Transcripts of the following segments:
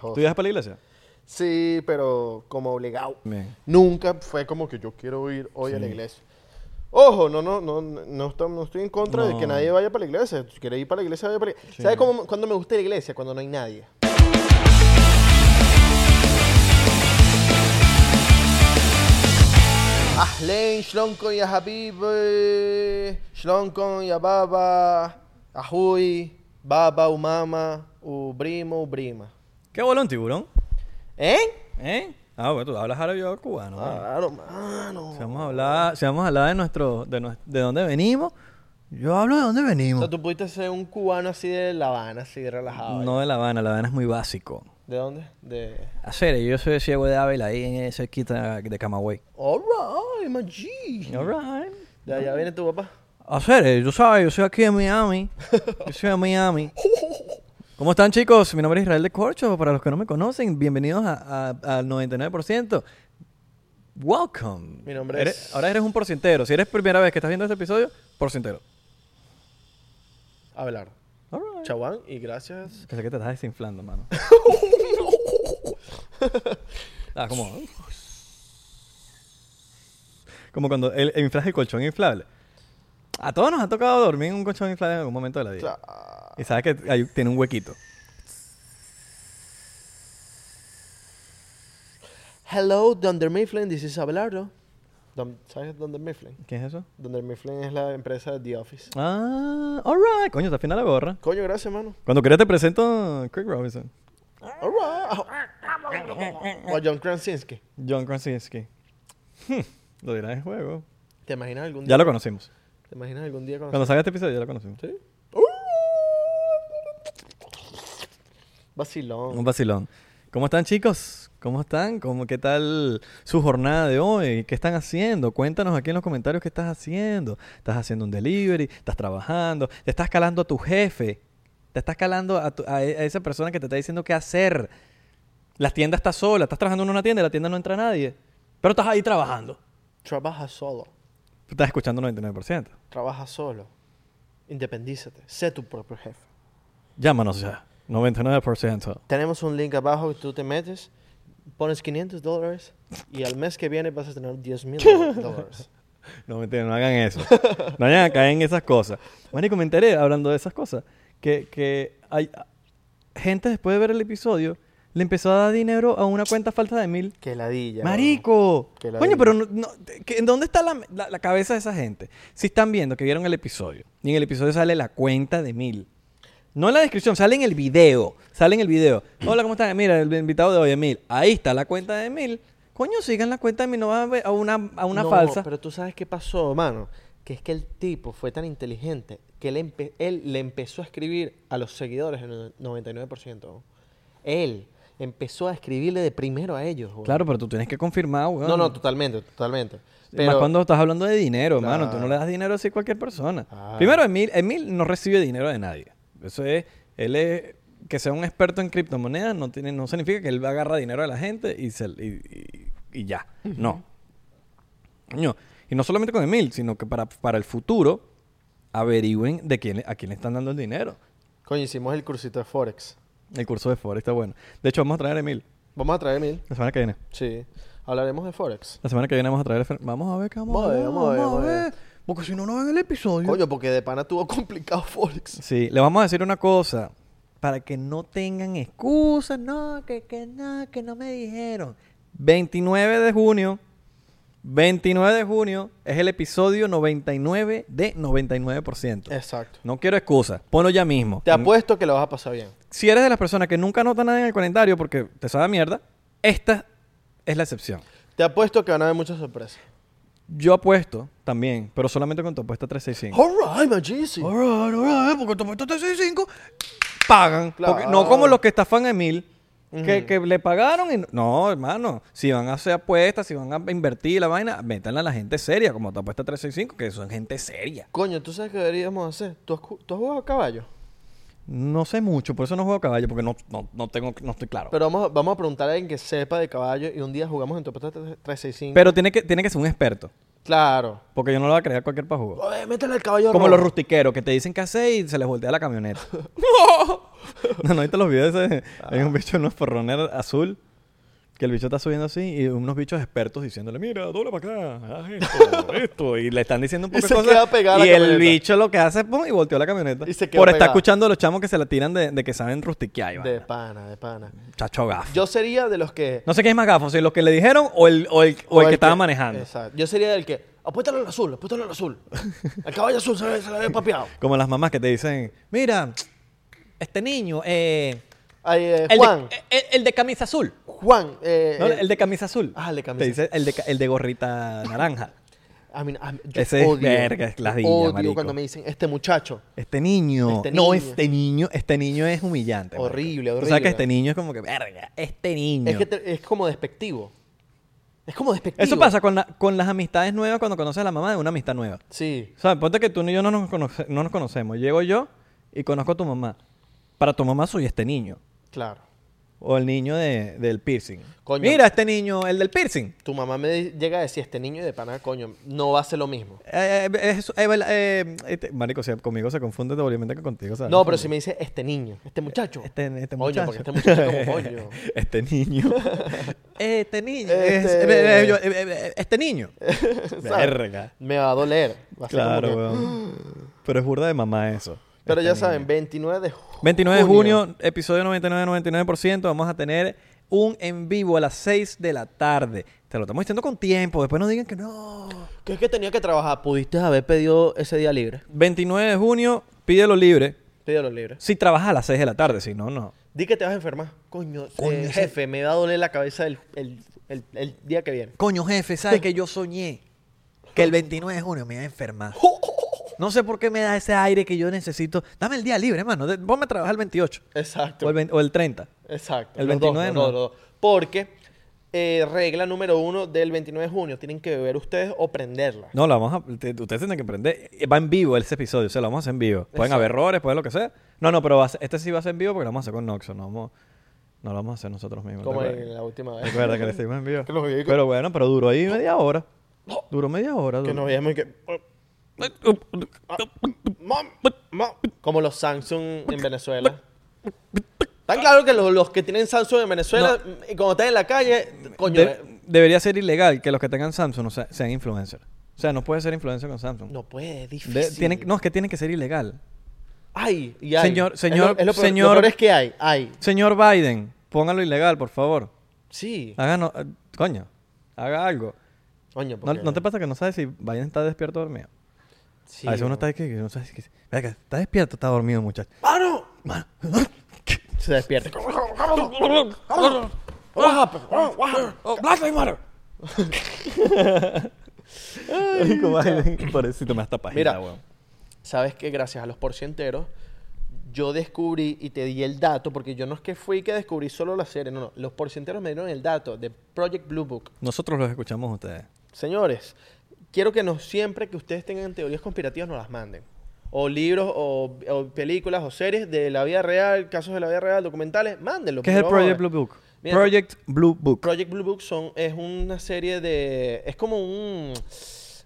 ¿Tú ibas para la iglesia? Sí, pero como obligado. Bien. Nunca fue como que yo quiero ir hoy a la iglesia. Ojo, no, no, no, no, estoy, no estoy en contra de que No. nadie vaya para la iglesia. Si quieres ir para la iglesia, vaya para la iglesia. ¿Sabes cómo, cuándo me gusta la iglesia? Cuando no hay nadie. Ahlen, shalom con ya Habib, shalom con ya Baba, Ahui, Baba, Umama, Ubrimo, Ubrima. ¿Qué voló un tiburón? ¿Eh? ¿Eh? Ah, bueno, tú hablas árabe yo cubano. vale. Claro, mano. Si vamos a hablar, si vamos a hablar de nuestro, de, nues- de dónde venimos, yo hablo de dónde O venimos. sea, tú pudiste ser un cubano así de La Habana, así de relajado. No de La Habana, La Habana es muy básico. ¿De dónde? De. Hacer, yo soy de Ciego de Ávila, ahí en esa esquita de Camagüey. Alright, my G. Alright. De allá viene tu papá. Hacer, eh, tú sabes, yo soy aquí en Miami. Yo soy de Miami. ¿Cómo están chicos? Mi nombre es Israel de Corcho. Para los que no me conocen, bienvenidos a- a- al 99%. Welcome. Mi nombre Eres- es- Ahora eres un porcientero. Si eres primera vez que estás viendo este episodio, porcientero. Abelar. Alright. Chaguán, y gracias. Pensé que te estás desinflando, mano. ah, como... Como cuando él inflas el colchón inflable. A todos nos ha tocado dormir en un colchón inflable en algún momento de la vida. Cla- Y sabes que hay- tiene un huequito. Hello, Dunder Mifflin, this is Abelardo. Dun- ¿Sabes Dunder Mifflin? ¿Qué es eso? Dunder Mifflin es la empresa de The Office. Ah, alright. Coño, está fina la gorra. Coño, gracias, mano. Cuando quieras te presento a Craig Robinson. Alright. O a John Krasinski. John Krasinski. Hmm, lo dirás en juego. ¿Te imaginas algún día? Ya lo conocimos. ¿Te imaginas algún día cuando... Cuando salga este episodio ya lo conocimos. ¿Sí? Vacilón. Un vacilón. ¿Cómo están, chicos? ¿Cómo están? ¿Cómo, ¿Qué tal su jornada de hoy? ¿Qué están haciendo? Cuéntanos aquí en los comentarios qué estás haciendo. ¿Estás haciendo un delivery? ¿Estás trabajando? ¿Te estás calando a tu jefe? ¿Te estás calando a, tu- a e- a esa persona que te está diciendo qué hacer? La tienda está sola. Estás trabajando en una tienda y la tienda no entra nadie. Pero estás ahí trabajando. Trabaja solo. Estás escuchando 99%. Trabaja solo. Independízate. Sé tu propio jefe. Llámanos ya. 99%. Tenemos un link abajo que tú te metes, pones 500 dólares y al mes que viene vas a tener 10 mil dólares. No, mentira, no hagan eso. No vayan a caer en esas cosas. Marico, me enteré hablando de esas cosas. Que, que hay gente después de ver el episodio le empezó a dar dinero a una cuenta falsa de mil. Que ladilla. bro. Marico. Qué Coño, ladilla. pero no- no- ¿qué- ¿en dónde está la, la- la cabeza de esa gente? Si están viendo que vieron el episodio y en el episodio sale la cuenta de mil. No en la descripción, sale en el video. Sale en el video. Hola, ¿cómo están? Mira, el invitado de hoy es mil. Ahí está la cuenta de mil. Coño, sigan la cuenta de mil, no van a ver a una, a una No, falsa. Pero tú sabes qué pasó, mano. Que es que el tipo fue tan inteligente que él, empe- él le empezó a escribir a los seguidores en el 99%. Él empezó a escribirle de primero a ellos. güey. Claro, pero tú tienes que confirmar, weón. No, no, totalmente, totalmente. Pero Más cuando estás hablando de dinero, hermano. Tú Claro. no le das dinero así a cualquier persona. Ah. Primero, Emil, Emil no recibe dinero de nadie. Eso es... Él es... Que sea un experto en criptomonedas no, tiene, no significa que él agarra dinero de la gente y, se, y, y- y ya. No. Coño, Y no solamente con Emil, sino que para, para el futuro averigüen de quién, a quién le están dando el dinero. coño, hicimos el cursito de Forex. El curso de Forex está bueno. De hecho, vamos a traer a Emil Vamos a traer mil. la semana que viene. Sí. Hablaremos de Forex. La semana que viene vamos a traer... a Fer- Vamos a ver qué vamos, Vamos a a ver, ver. vamos a ver, Vamos a vamos a ver. ver. Porque si no, no ven el episodio. Coño, porque de pana tuvo complicado Forex. Sí, le vamos a decir una cosa. Para que no tengan excusas, no, que, que no, que no me dijeron. 29 de junio, 29 de junio es el episodio 99 de 99%. Exacto. Mm. No quiero excusas, ponlo ya mismo. Te apuesto que lo vas a pasar bien. Si eres de las personas que nunca anotan nada en el calendario porque te sabe a mierda, esta es la excepción. Te apuesto que van a haber muchas sorpresas. Yo apuesto también, pero solamente con tu apuesta 365. Alright, my Jeezy. Alright, alright, porque te apuestas 365, pagan. Claro. Porque no como los que estafan a Emil, que, que le pagaron y... no- No, hermano, si van a hacer apuestas, si van a invertir la vaina, métanla a la gente seria, como te apuesta 365, que son gente seria. Coño, ¿tú sabes qué deberíamos hacer? ¿Tú has, cu- tú has jugado a caballo? No sé mucho, por eso no juego caballo, porque no, no, no tengo, no estoy claro. Pero, Pero vamos a, vamos a preguntar a alguien que sepa de caballo y un día jugamos en tu apuesta 365. tiene, que, tiene que ser un experto, claro. porque yo no lo voy a crear cualquier pajugo. Oye, métele al caballo Como rojo. los rustiqueros que te dicen qué hacer y se les voltea la camioneta. No, no, ahorita los videos. ese- Ah. Hay un bicho en una forronera azul. Que el bicho está subiendo así y unos bichos expertos diciéndole, mira, dobla para acá, haz esto, esto. Y le están diciendo un Y poco de se cosas. queda pegada la y el camioneta. bicho lo que hace es pum, y volteó la camioneta. Y se quedó Por estar pegada. escuchando a los chamos que se la tiran de, de que saben rustiquear. y De vaina. pana, de pana. Chacho gafo. Yo sería de los que. No sé qué es más gafo, si los que le dijeron o el, o el, o el que estaba manejando. Exacto. Yo sería del que. Apuéstalo al azul, apuéstalo al azul. El caballo azul se le, se le había papeado. Como las mamás que te dicen, mira, este niño, eh, Ay, eh, el, Juan, De, el, el de camisa azul. Juan. eh, No, eh, el de camisa azul. Ah, el de camisa. Te dice el de, ca- el de gorrita naranja. a mí- a mí- yo Ese es odio, verga, es ladilla, odio marico. cuando me dicen este muchacho. Este niño. Este no, niño. este niño. Este niño es humillante. marico. Horrible, O sea horrible. que este niño es como que, verga, este niño. Es, que te- es como despectivo. Es como despectivo. Eso pasa con, la- con las amistades nuevas cuando conoces a la mamá de una amistad nueva. Sí. O sea, ponte que tú y yo no nos, conoce- no nos conocemos. Llego yo y conozco a tu mamá. Para tu mamá soy este niño. Claro. O el niño de- del piercing. Coño. Mira, este niño, el del piercing. Tu mamá me di- llega a decir, este niño de pana, coño, no va a ser lo mismo. Eh, eh, es- eh, vela- eh, este- marico, o sea, conmigo se confunde doblemente que contigo. ¿sabes? No, pero si me dice este niño, este muchacho. Este, este Coño, muchacho. porque este muchacho es como coño. este niño. este niño. Este- Es- eh, eh, yo- eh, eh, este niño. Verga. Me va a doler. Va a ser Claro, como que- weón. Pero es burda de mamá eso. Pero Este ya niño. saben, 29 de junio. 29 de junio, episodio 99, 99%. Vamos a tener un en vivo a las 6 de la tarde. Te lo estamos diciendo con tiempo. Después no digan que no. Que es que tenía que trabajar. Pudiste haber pedido ese día libre. 29 de junio, pídelo libre. Pídelo libre. Si trabajas a las 6 de la tarde, si no, no. Di que te vas a enfermar. Coño, Coño, eh, ese- jefe, me va a doler la cabeza el, el- el- el día que viene. Coño, jefe, ¿sabes que yo soñé que el 29 de junio me iba a enfermar? No sé por qué me da ese aire que yo necesito. Dame el día libre, mano. De- Ponme a trabajar el 28 Exacto. o el, 20 o el 30. Exacto. El los dos, 29 los no. dos, los dos. Porque eh, regla número uno del 29 de junio. Tienen que beber ustedes o prenderla. No, la vamos a. te- Ustedes tienen que aprender. Eh, Va en vivo ese episodio, o sea, lo vamos a hacer en vivo. Pueden Exacto. haber errores, puede lo que sea. No, no, pero va a ser- este sí va a ser en vivo porque lo vamos a hacer con Noxo. No, vamos, no lo vamos a hacer nosotros mismos. ¿te como acuerdas? en la última vez. Recuerda que le hicimos en vivo. Que los vehículos- Pero bueno, pero duró ahí media hora. Duró media hora. Que duró. nos veíamos y que. Oh. Mam, mam. Como los Samsung en Venezuela. Tan claro que los, los que tienen Samsung en Venezuela, mm, y cuando están en la calle, coño. De- eh, debería ser ilegal que los que tengan Samsung no se- sean influencers. O sea, no puede ser influencer con Samsung. No puede, es difícil. De- tiene que- no, es que tiene que ser ilegal. Hay, y hay. Señor- Es señor- lo- es lo peor- señor- Lo peor es que hay, hay. Señor Biden, póngalo ilegal, por favor. Sí. Háganos, eh, coño, haga algo. Coño, ¿No, porque- no te pasa que no sabes si Biden está despierto o dormido? Sí, a veces uno está aquí que no sabes si... Venga, ¿está despierto o está dormido, muchacho? ¡Mano! Se despierta. Oh, What happened? What happened? Black Lives Matter. Biden, pobrecito, me da esta página, Mira. weón. Sabes que gracias a los porcienteros, yo descubrí y te di el dato, porque yo no es que fui que descubrí solo la serie, no, no. Los porcienteros me dieron el dato de Project Blue Book. Nosotros los escuchamos a ustedes. Señores, quiero que nos, siempre que ustedes tengan teorías conspirativas, nos las manden. O libros, o, o películas, o series de la vida real, casos de la vida real, documentales, mándenlo. ¿Qué es el porque vamos a Project ver. Blue Book? Mira, Project Blue Book. Project Blue Book son, es una serie de... Es como un...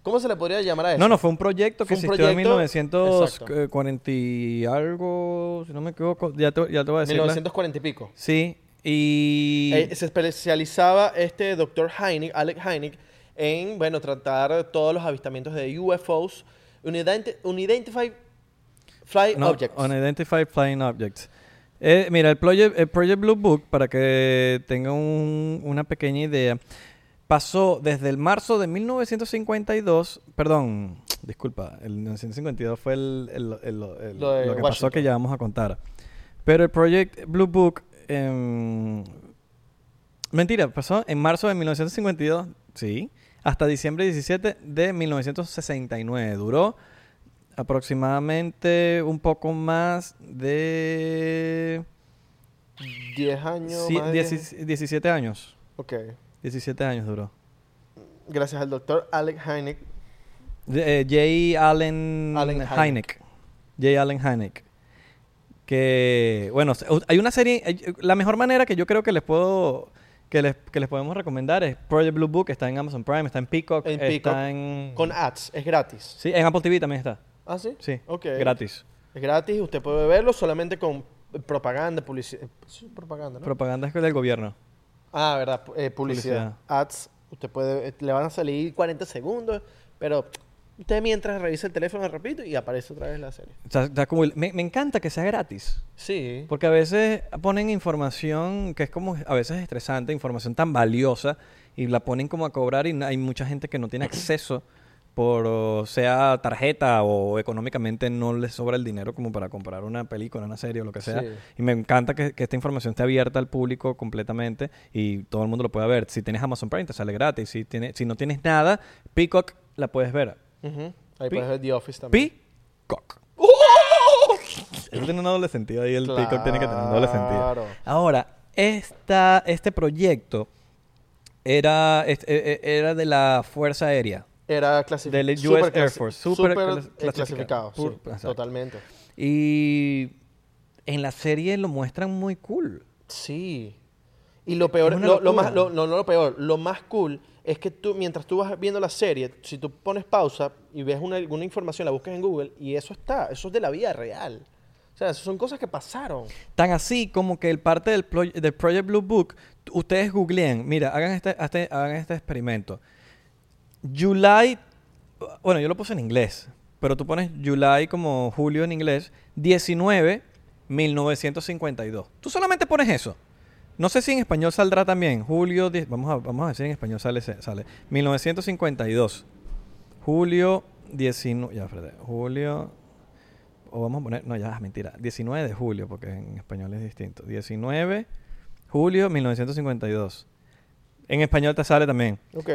¿Cómo se le podría llamar a eso? No, no, fue un proyecto que Fue un existió en proyecto- 1940 y algo, si no me equivoco. Ya te, ya te voy a decir. la- 1940 y pico. Sí, ¿eh? y... Eh, se especializaba este doctor Heinig, Alec Heinig, en, bueno, tratar todos los avistamientos de UFOs, unident- unidentified fly No, objects. Unidentified Flying Objects. Eh, mira, el Project, el Project Blue Book, para que tengan una pequeña idea, pasó desde el marzo de 1952, perdón, disculpa, el 1952 fue el, el- el- el- Lo de lo que pasó Washington. que ya vamos a contar. Pero el Project Blue Book, em, mentira, pasó en marzo de 1952, sí, hasta diciembre 17 de 1969. Duró aproximadamente un poco más de 10 años. cie- más de diez- dieci- 17 años. Ok. 17 años duró. Gracias al doctor Alec Heinig. De- eh, Jay Allen, Allen Hynek. Hynek. Jay Allen Hynek. Que, bueno, se- hay una serie, hay- la mejor manera que yo creo que les puedo, que les, que les podemos recomendar es Project Blue Book, está en Amazon Prime, está en Peacock, En está Peacock, en... Con ads, es gratis. Sí, en Apple TV también está. ¿Ah, sí? Sí, Ok. gratis. Es gratis, usted puede verlo solamente con Propaganda, publicidad. Propaganda, ¿no? Propaganda es del gobierno. ah, verdad, pu- eh, publicidad. Publicidad. Ads, usted puede, eh, le van a salir 40 segundos, pero usted mientras revisa el teléfono repito y aparece otra vez la serie. O sea, está como el- me, me encanta que sea gratis. Sí. Porque a veces ponen información que es como a veces estresante, información tan valiosa, y la ponen como a cobrar y na- hay mucha gente que no tiene acceso por o sea tarjeta o económicamente no les sobra el dinero como para comprar una película, una serie o lo que sea. Sí. Y me encanta que, que esta información esté abierta al público completamente y todo el mundo lo pueda ver. Si tienes Amazon Prime te sale gratis, si, tiene, si no tienes nada, Peacock la puedes ver. Ujú. Ahí Pi- puedes ver The Office también. Peacock. ¡Oh! Eso tiene un doble sentido ahí, el Peacock tiene que tener un doble sentido. Claro. Ahora, esta, este proyecto era, es- e- e- era de la Fuerza Aérea. Era clasificado. Del US Air Force, super clas- clasificado. eh, clasificado. sí, Pur- exacto. totalmente. Y en la serie lo muestran muy cool. Sí. Y lo peor, Es una lo, lo más, locura. lo- no, no lo peor, lo más cool es que tú, mientras tú vas viendo la serie, si tú pones pausa y ves una, alguna información, la buscas en Google y eso está, eso es de la vida real. O sea, son cosas que pasaron. Tan así como que el parte del, plo- del Project Blue Book, t- ustedes googleen, mira, hagan este, este- hagan este experimento. July, bueno, yo lo puse en inglés, pero tú pones July como julio en inglés, 19, 1952. Tú solamente pones eso. No sé si en español saldrá también. Julio, 10 vamos, a, vamos a decir en español sale, se- sale. 1952. Julio 19. Ya, espérate. Julio. O vamos a poner. No, ya, mentira. 19 de julio, porque en español es distinto. 19 julio 1952. En español te sale también. Ok.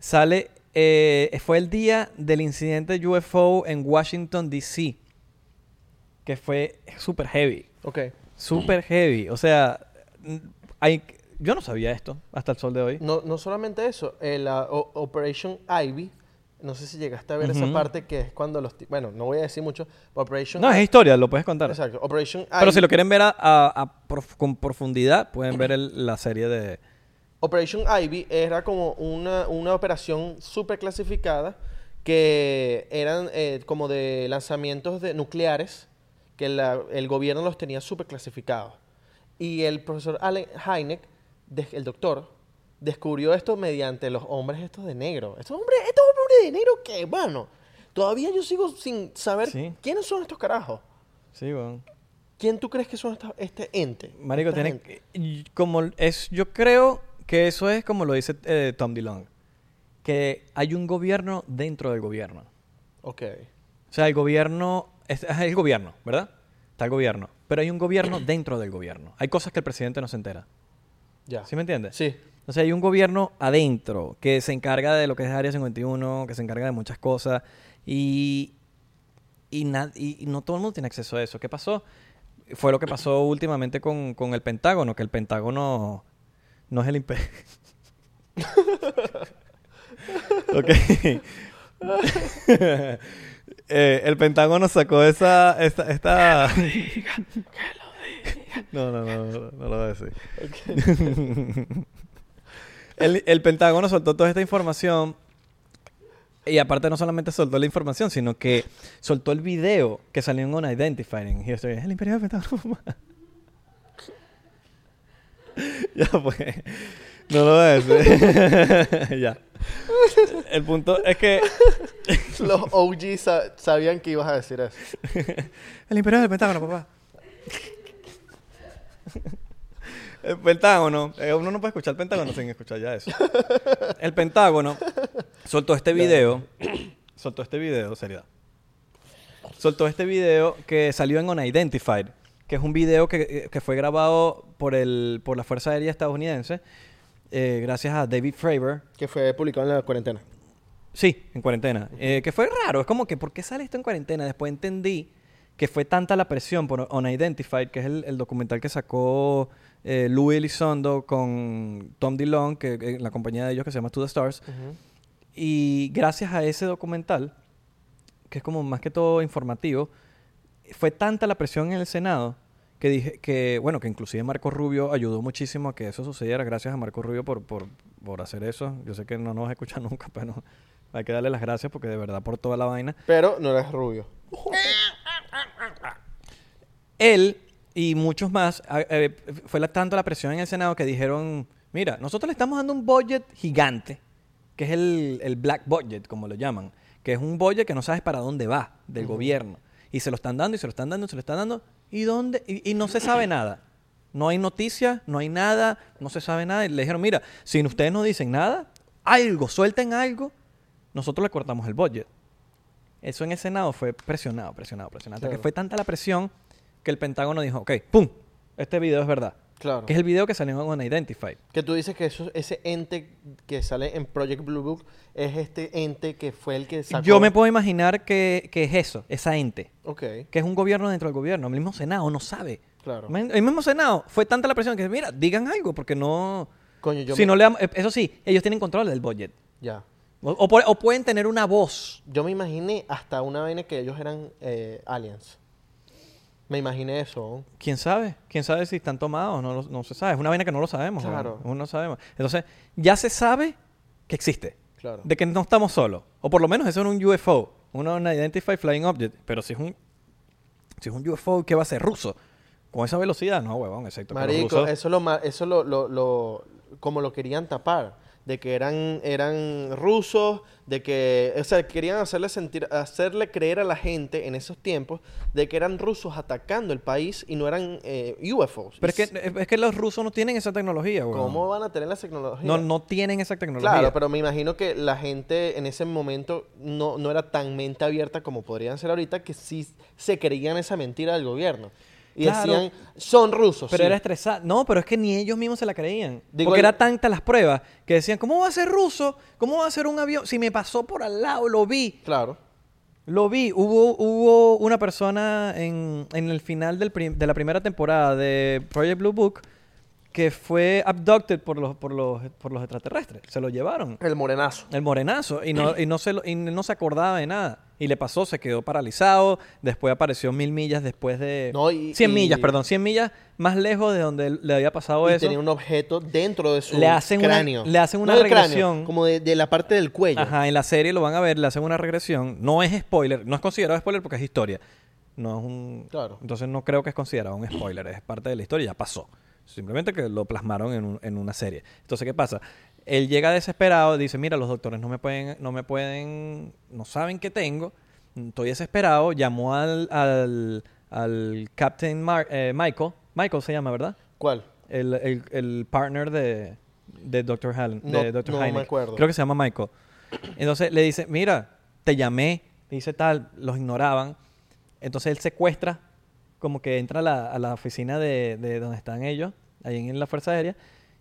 Sale. eh, fue el día del incidente UFO en Washington, D.C. Que fue super heavy. Ok. Super heavy. O sea, n- hay, yo no sabía esto hasta el sol de hoy. No, no solamente eso, eh, la o- Operation Ivy, no sé si llegaste a ver esa Ujú. parte que es cuando los... ti- Bueno, no voy a decir mucho. Operation No, es historia, lo puedes contar. Exacto. Operation Ivy. Pero si lo quieren ver a- a- a prof- con profundidad, pueden ver el- la serie de... Operation Ivy era como una, una operación súper clasificada que eran eh, como de lanzamientos de nucleares que la- el gobierno los tenía súper clasificados. Y el profesor Allen Hynek, des- el doctor, descubrió esto mediante los hombres estos de negro. Estos hombres, estos hombres de negro que, bueno, todavía yo sigo sin saber Sí. quiénes son estos carajos. Sí, weón. ¿Quién tú crees que son esta- este ente? Marico, Esta tiene... gente. y Como es, yo creo que eso es como lo dice eh, Tom DeLonge. Que hay un gobierno dentro del gobierno. Ok. O sea, el gobierno... Es, es el gobierno, ¿verdad? Está el gobierno. Pero hay un gobierno dentro del gobierno. Hay cosas que el presidente no se entera. Ya. ¿Sí me entiendes? Sí. O sea, hay un gobierno adentro que se encarga de lo que es Área 51, que se encarga de muchas cosas y, y, na- y- y no todo el mundo tiene acceso a eso. ¿Qué pasó? Fue lo que pasó últimamente con, con el Pentágono, que el Pentágono no es el imperio. ok. Eh, el Pentágono sacó esa... esta, esta... No, no, no, no, no lo voy a decir. el, el Pentágono soltó toda esta información. Y aparte no solamente soltó la información, sino que soltó el video que salió en Unidentified. Y yo estoy, es el imperio del Pentágono. ya pues. No lo voy a decir. ya. El punto es que Los OG sa- sabían que ibas a decir eso. El imperio del Pentágono, papá. El Pentágono, eh, uno no puede escuchar el Pentágono sin escuchar ya eso. El Pentágono soltó este video, soltó este video, seriedad. Soltó este video que salió en Unidentified, que es un video que, que fue grabado por, el, por la Fuerza Aérea estadounidense, eh, gracias a David Fravor, Que fue publicado en la cuarentena. Sí, en cuarentena. Eh, que fue raro. Es como que, ¿por qué sale esto en cuarentena? Después entendí que fue tanta la presión por Unidentified, que es el, el documental que sacó eh, Lou Elizondo con Tom DeLonge, que, que la compañía de ellos que se llama To The Stars. Y gracias a ese documental, que es como más que todo informativo, fue tanta la presión en el Senado que dije que, bueno, que inclusive Marco Rubio ayudó muchísimo a que eso sucediera. Gracias a Marco Rubio por, por, por hacer eso. Yo sé que no nos vas a escuchar nunca, pero hay que darle las gracias porque de verdad por toda la vaina. Pero no eres rubio. Él Y muchos más. a- eh, fue la- tanto la presión en el Senado que dijeron, mira, nosotros le estamos dando un budget gigante, que es el, el black budget, como lo llaman, que es un budget que no sabes para dónde va del gobierno. Y se lo están dando, y se lo están dando, y se lo están dando. ¿Y dónde? Y, y no se sabe nada. No hay noticias, no hay nada, no se sabe nada. Y le dijeron, mira, si ustedes no dicen nada, algo, suelten algo, nosotros le cortamos el budget. Eso en el Senado fue presionado, presionado, presionado. Hasta que Claro. fue tanta la presión que el Pentágono dijo, ok, ¡pum! Este video es verdad. Claro. Que es el video que salió en Identify. Que tú dices que eso, ese ente que sale en Project Blue Book es este ente que fue el que sacó. Yo me puedo imaginar que, que es eso, esa ente. Ok, Que es un gobierno dentro del gobierno. El mismo Senado no sabe. claro. Men- El mismo Senado fue tanta la presión que, mira, digan algo, porque no... Coño, yo si me- no le damos- eh, Eso sí, ellos tienen control del budget. Ya. O, o pu- o pueden tener una voz. Yo me imaginé hasta una vaina que ellos eran eh, aliens. Me imaginé eso. ¿Quién sabe? ¿Quién sabe si están tomados? No, lo- no se sabe. Es una vaina que no lo sabemos. Claro. weón. No sabemos. Entonces, ya se sabe que existe. Claro. De que no estamos solos. O por lo menos eso era un UFO. Uno un Identified Flying Object. Pero si es un, si es un UFO, ¿qué va a ser? ¿Ruso? Con esa velocidad, no, huevón, excepto que los Marico, rusos- eso lo ma- eso lo, lo- lo- como lo querían tapar, de que eran eran rusos, de que o sea, querían hacerle sentir hacerle creer a la gente en esos tiempos de que eran rusos atacando el país y no eran eh, UFOs. Pero es Y que, es que los rusos no tienen esa tecnología, huevón. ¿Cómo van a tener la tecnología? No, no tienen esa tecnología. Claro, pero me imagino que la gente en ese momento no, no era tan mente abierta como podrían ser ahorita, que sí se creían esa mentira del gobierno. Y Claro. decían, son rusos. Pero sí". era este estresado. No, pero es que ni ellos mismos se la creían. Digo, porque el- eran tantas las pruebas que decían, ¿cómo va a ser ruso? ¿Cómo va a ser un avión? Si me pasó por al lado, lo vi. Claro. Lo vi. Hubo, hubo una persona en, en el final del prim- de la primera temporada de Project Blue Book que fue abducted por los, por los, por los extraterrestres. Se lo llevaron. El morenazo. El morenazo. Y no, y no se lo- y no se acordaba de nada. Y le pasó, se quedó paralizado. Después apareció mil millas después de... No, y- 100 y- millas, perdón. 100 millas más lejos de donde le había pasado y eso. tenía un objeto dentro de su Le hacen una- cráneo. le hacen una del regresión. como de, de la parte del cuello. Ajá, en la serie lo van a ver, le hacen una regresión. No es spoiler, no es considerado spoiler porque es historia. No es un. Claro. Entonces no creo que es considerado un spoiler, es parte de la historia, ya pasó. Simplemente que lo plasmaron en, un- en una serie. Entonces, ¿qué pasa? Él llega desesperado, dice, mira, los doctores no me pueden, no me pueden, no saben qué tengo, estoy desesperado, llamó al, al, al Captain Mar- eh, Michael, Michael se llama, ¿verdad? ¿Cuál? El, el- el partner de, de Dr. Hallen. No- de Dr. no me Hynek. acuerdo. Creo que se llama Michael. Entonces le dice, mira, te llamé. Le dice tal, los ignoraban. Entonces él secuestra, como que entra a la, a la oficina de, de donde están ellos, ahí en la Fuerza Aérea,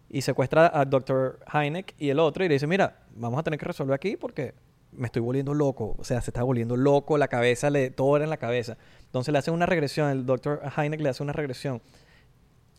y secuestra a Dr. Hynek y el otro, y le dice, mira, vamos a tener que resolver aquí porque me estoy volviendo loco. O sea, se está volviendo loco, la cabeza, le, todo era en la cabeza. Entonces le hace una regresión, el Dr. Hynek le hace una regresión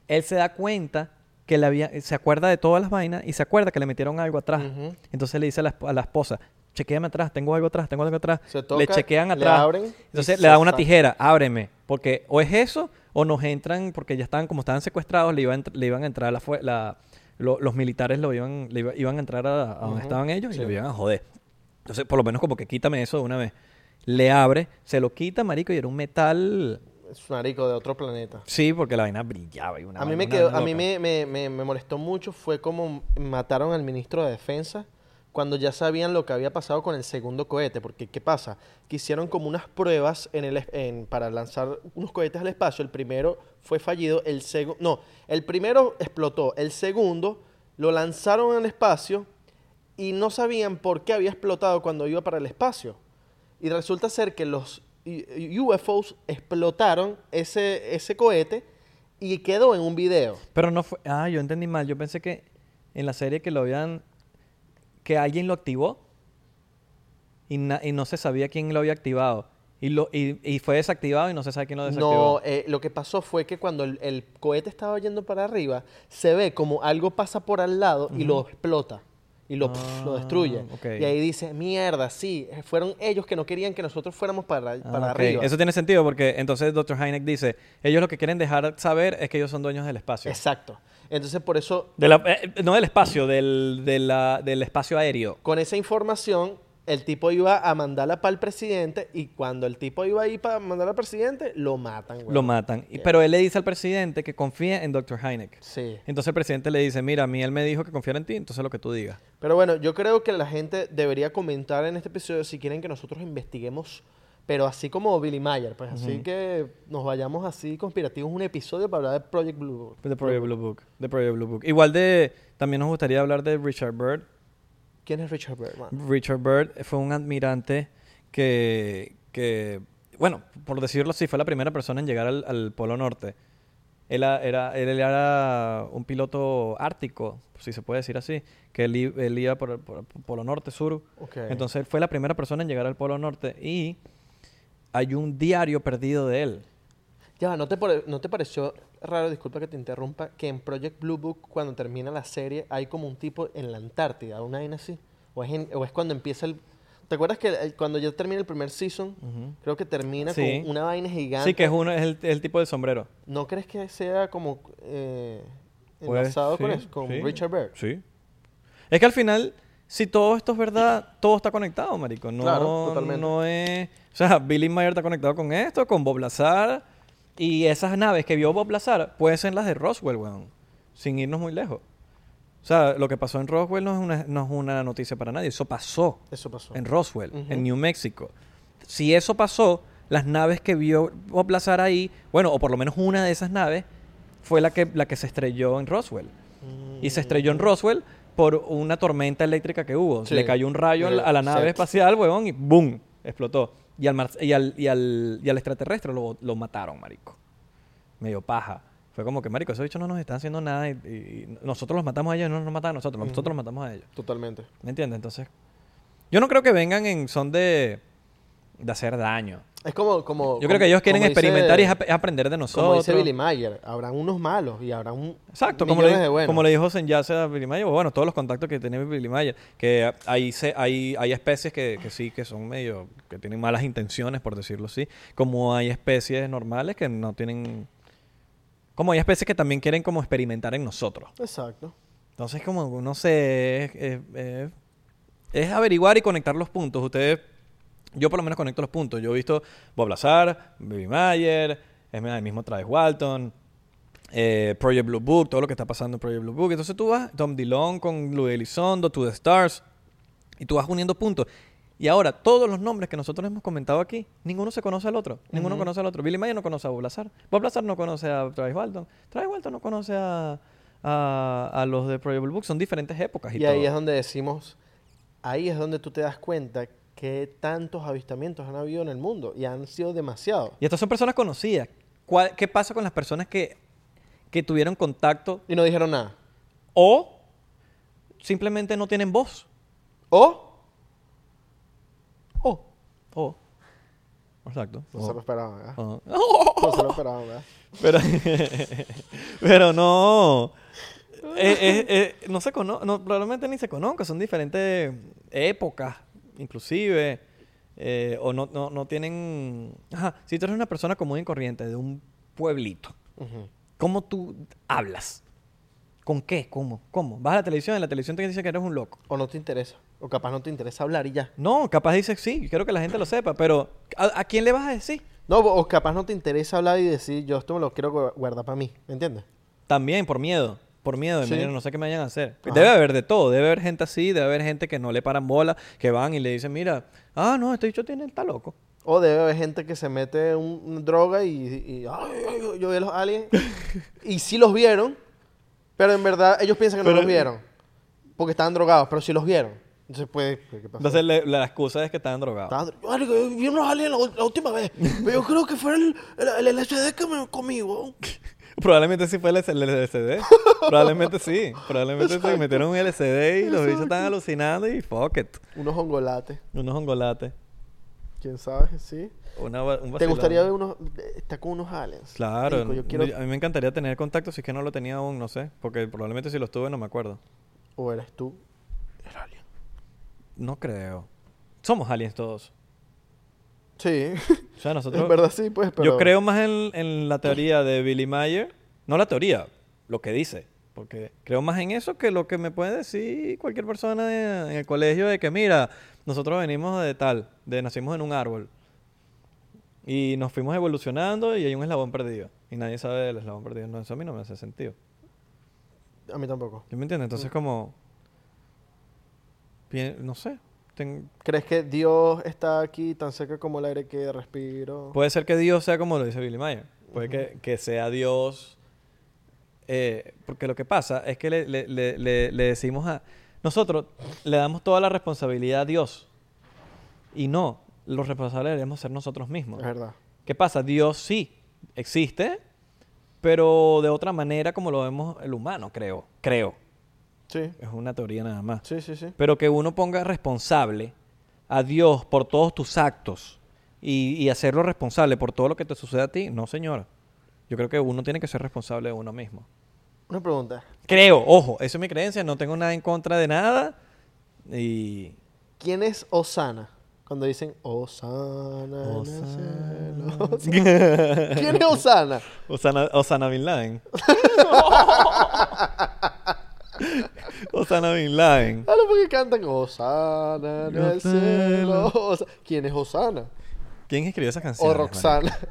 él se da cuenta que le había, se acuerda de todas las vainas y se acuerda que le metieron algo atrás. Ujú. Entonces le dice a la, esp- a la esposa, chequeame atrás, tengo algo atrás, tengo algo atrás. Se toca, le chequean le atrás. abren y Entonces se le da una saca. tijera, ábreme, porque o es eso o nos entran, porque ya estaban, como estaban secuestrados, le iban, a entr- le iban a entrar la, fue- la- lo- los militares lo iban, le iba- iban a entrar a, a donde Ujú. estaban ellos Sí. y lo iban a joder. Entonces, por lo menos como que quítame eso de una vez. Le abre, se lo quita, marico, y era un metal... Es un arico de otro planeta. Sí, porque la vaina brillaba y una a vaina- mí me una quedó, vaina a mí loca. me, me- me- me molestó mucho fue como mataron al ministro de defensa cuando ya sabían lo que había pasado con el segundo cohete, porque ¿qué pasa? Que hicieron como unas pruebas en el, es- en- para lanzar unos cohetes al espacio, el primero fue fallido, el segundo, no, el primero explotó, el segundo lo lanzaron al espacio y no sabían por qué había explotado cuando iba para el espacio. Y resulta ser que los U- UFOs explotaron ese, ese cohete y quedó en un video. Pero no fue. Ah, yo entendí mal. Yo pensé que en la serie que lo habían. que alguien lo activó. Y, na- y no se sabía quién lo había activado. Y, lo, y, y fue desactivado y no Ah, se sabe quién lo desactivó. No, eh, lo que pasó fue que cuando el, el cohete estaba yendo para arriba, se ve como algo pasa por al lado y lo explota. Y lo, pf, lo Ah, destruye. ok. Y ahí dice, mierda, sí, eh, fueron ellos que no querían que nosotros fuéramos para, Ah, para ok. arriba. Eso tiene sentido porque entonces Dr. Hynek dice: ellos lo que quieren dejar saber es que ellos son dueños del espacio. Exacto. Entonces, por eso De la- eh, no del espacio, del, de la- del espacio aéreo. Con esa información el tipo iba a mandarla para el presidente y cuando el tipo iba ahí para mandarla al presidente, lo matan, güey. Lo matan. Y- Pero él le dice al presidente que confía en Dr. Hynek. Sí. Entonces el presidente le dice, mira, a mí él me dijo que confiara en ti, entonces lo que tú digas. Pero bueno, yo creo que la gente debería comentar en este episodio si quieren que nosotros investiguemos, pero así como Billy Mayer, pues así que nos vayamos así conspirativos un episodio para hablar de Project Blue. De Project Blue Book. De Project Blue Book. Igual de... También nos gustaría hablar de Richard Byrd. ¿Quién es Richard Bergman? Richard Byrd fue un admirante que... que bueno, por decirlo así, fue la primera persona en llegar al, al Polo Norte. Él a- era, él era un piloto ártico, si se puede decir así, que él, i- él iba por el por el Polo Norte, sur. Ok. Entonces él fue la primera persona en llegar al Polo Norte y hay un diario perdido de él. Ya, va, ¿no te, pare- ¿no te pareció raro, disculpa que te interrumpa, que en Project Blue Book, cuando termina la serie, hay como un tipo en la Antártida, una vaina así? ¿O es, en- o es cuando empieza el... ¿Te acuerdas que el- cuando ya termina el primer season, creo que termina Sí. con una vaina gigante? Sí, que es, uno, es el, el tipo de sombrero. ¿No crees que sea como eh, Pues, enlazado con, sí, eso, con sí, Richard Baird? Sí. Es que al final, si todo esto es verdad, todo está conectado, marico. No, Claro, totalmente. no es... O sea, Billy Mayer está conectado con esto, con Bob Lazar. Y esas naves que vio Bob Lazar pueden ser las de Roswell, weón. Sin irnos muy lejos. O sea, lo que pasó en Roswell no es una, no es una noticia para nadie. Eso pasó Eso pasó. en Roswell, Ujú. en New Mexico. Si eso pasó, las naves que vio Bob Lazar ahí, bueno, o por lo menos una de esas naves, fue la que, la que se estrelló en Roswell. Mm, Y se estrelló en Roswell por una tormenta eléctrica que hubo. Sí. Le cayó un rayo a la- a la nave Sí. espacial, huevón, y ¡boom! Explotó. Y al, mar- y al, y al- y al extraterrestre lo, lo mataron, marico. Medio paja. Fue como que, marico, esos bichos no nos están haciendo nada y, y nosotros los matamos a ellos, no nos matan a nosotros, nosotros los matamos a ellos. Totalmente. ¿Me entiendes? Entonces, yo no creo que vengan en son de, de hacer daño. Es como... como Yo creo que ellos quieren experimentar y es ap- es aprender de nosotros. Como dice Billy Mayer, habrán unos malos y habrá un Exacto, como millones le, de buenos. como le dijo Senyase a Billy Mayer, bueno, todos los contactos que tiene Billy Mayer, que ahí se, hay, hay especies que, que sí, que son medio, que tienen malas intenciones, por decirlo así, como hay especies normales que no tienen, como hay especies que también quieren como experimentar en nosotros. Exacto. Entonces, como, no sé, es, es- es- es averiguar y conectar los puntos. Ustedes, yo por lo menos conecto los puntos. Yo he visto Bob Lazar, Billy Mayer, es mi- el mismo Travis Walton, eh, Project Blue Book, todo lo que está pasando en Project Blue Book. Entonces tú vas, Tom Dillon con Luis Elizondo, To The Stars, y tú vas uniendo puntos. Y ahora, todos los nombres que nosotros hemos comentado aquí, ninguno se conoce al otro. Ninguno conoce al otro. Billy Mayer no conoce a Bob Lazar. Bob Lazar no conoce a Travis Walton. Travis Walton no conoce a, a, a los de Project Blue Book. Son diferentes épocas y, Y ahí todo. es donde decimos, ahí es donde tú te das cuenta que tantos avistamientos han habido en el mundo y han sido demasiados. Y estas son personas conocidas. ¿Cuál- ¿Qué pasa con las personas que, que tuvieron contacto Y no dijeron nada. o simplemente no tienen voz? O O. O. Exacto. no se lo esperaban, ¿verdad? O. No se lo esperaban, ¿verdad? Pero, pero no. Eh, eh, eh, no se cono no, probablemente ni se conozcan, son diferentes épocas, inclusive. eh, o no, no, no tienen. Ajá, si tú eres una persona común y corriente de un pueblito, Ujú. ¿cómo tú hablas? ¿Con qué? ¿Cómo? ¿Cómo? Vas a la televisión, en la televisión te dice que eres un loco. O no te interesa. O capaz no te interesa hablar y ya. No, capaz dices sí, quiero que la gente lo sepa, pero ¿a, a quién le vas a decir? No, o capaz no te interesa hablar y decir, yo esto me lo quiero gu- guardar para mí, ¿me entiendes? También por miedo. Por miedo de Sí. "Mira, no sé qué me vayan a hacer. Ajá. Debe haber de todo. Debe haber gente así, debe haber gente que no le paran bola, que van y le dicen, mira, ah, no, este bicho tiene, está loco. O debe haber gente que se mete un, una droga y, y, ay, ay, yo- yo vi a los aliens. y sí los vieron, pero en verdad ellos piensan que no Pero- los vieron. Porque estaban drogados, pero sí los vieron. Entonces, pues, ¿qué pasó? Entonces le- la excusa es que estaban drogados. Estaban dro- Marico, yo vi unos aliens la, ul- la última vez. Pero yo creo que fue el, el, el LSD que me comí, weón. Probablemente sí fue el LCD. Probablemente sí. Probablemente sí. Metieron un LCD y los bichos están alucinando y fuck it. Unos hongolates, Unos ongolates. quién sabe, sí. Una va- un ¿Te vacilón. gustaría ver unos, estar con unos aliens? Claro. Marico, yo quiero, A mí me encantaría tener contacto si es que no lo tenía aún, no sé. Porque probablemente si los tuve no me acuerdo. o eres tú el alien. No creo. Somos aliens todos. Sí, O sea, nosotros... en verdad sí, pues, pero... Yo creo más en, en la teoría de Billy Mayer. No la teoría, lo que dice. Porque creo más en eso que lo que me puede decir cualquier persona de- en el colegio de que, mira, nosotros venimos de tal, de nacimos en un árbol. Y nos fuimos evolucionando y hay un eslabón perdido. Y nadie sabe del eslabón perdido. No, eso a mí no me hace sentido. A mí tampoco. ¿Sí me entiendes? Entonces como... pien- No sé. Ten- ¿Crees que Dios está aquí tan cerca como el aire que respiro? Puede ser que Dios sea como lo dice Billy Mayer. Puede que, que sea Dios. eh, porque lo que pasa es que le, le- le- le- le decimos a. Nosotros le damos toda la responsabilidad a Dios. Y no, los responsables debemos ser nosotros mismos. es verdad. ¿Qué pasa? Dios sí existe, pero de otra manera como lo vemos el humano, creo. Creo. Sí, Es una teoría nada más. sí, sí, sí. Pero que uno ponga responsable a Dios por todos tus actos y, y hacerlo responsable por todo lo que te sucede a ti, no, señora. Yo creo que uno tiene que ser responsable de uno mismo. Una pregunta. Creo, ojo, eso es mi creencia, no tengo nada en contra de nada. Y. ¿Quién es Osana? Cuando dicen Osana. en el cielo". Osana. ¿Quién es Osana? Osana, Osana Bin Laden. Osana Bin Laden. Ah, no, porque cantan Osana en el cielo. Osana. Osa- ¿Quién es Osana? ¿Quién escribió esas canciones? O marico? Roxana.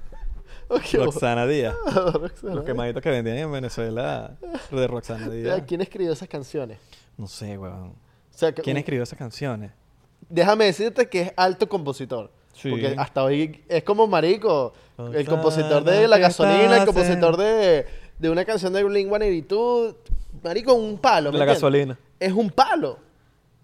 Ok, o- Roxana Díaz. o Roxana. Los quemaditos que vendían en Venezuela de Roxana Díaz. Ya, Ah, ¿Quién escribió esas canciones? No sé, weón. O sea, que- ¿Quién un- escribió esas canciones? Déjame decirte que es alto compositor. Sí. Porque hasta hoy es como marico. El Roxana, compositor de La ¿qué Gasolina, el estás compositor de, de una canción de Blink-182. Marico, un palo. ¿me La entiendes? gasolina. Es un palo.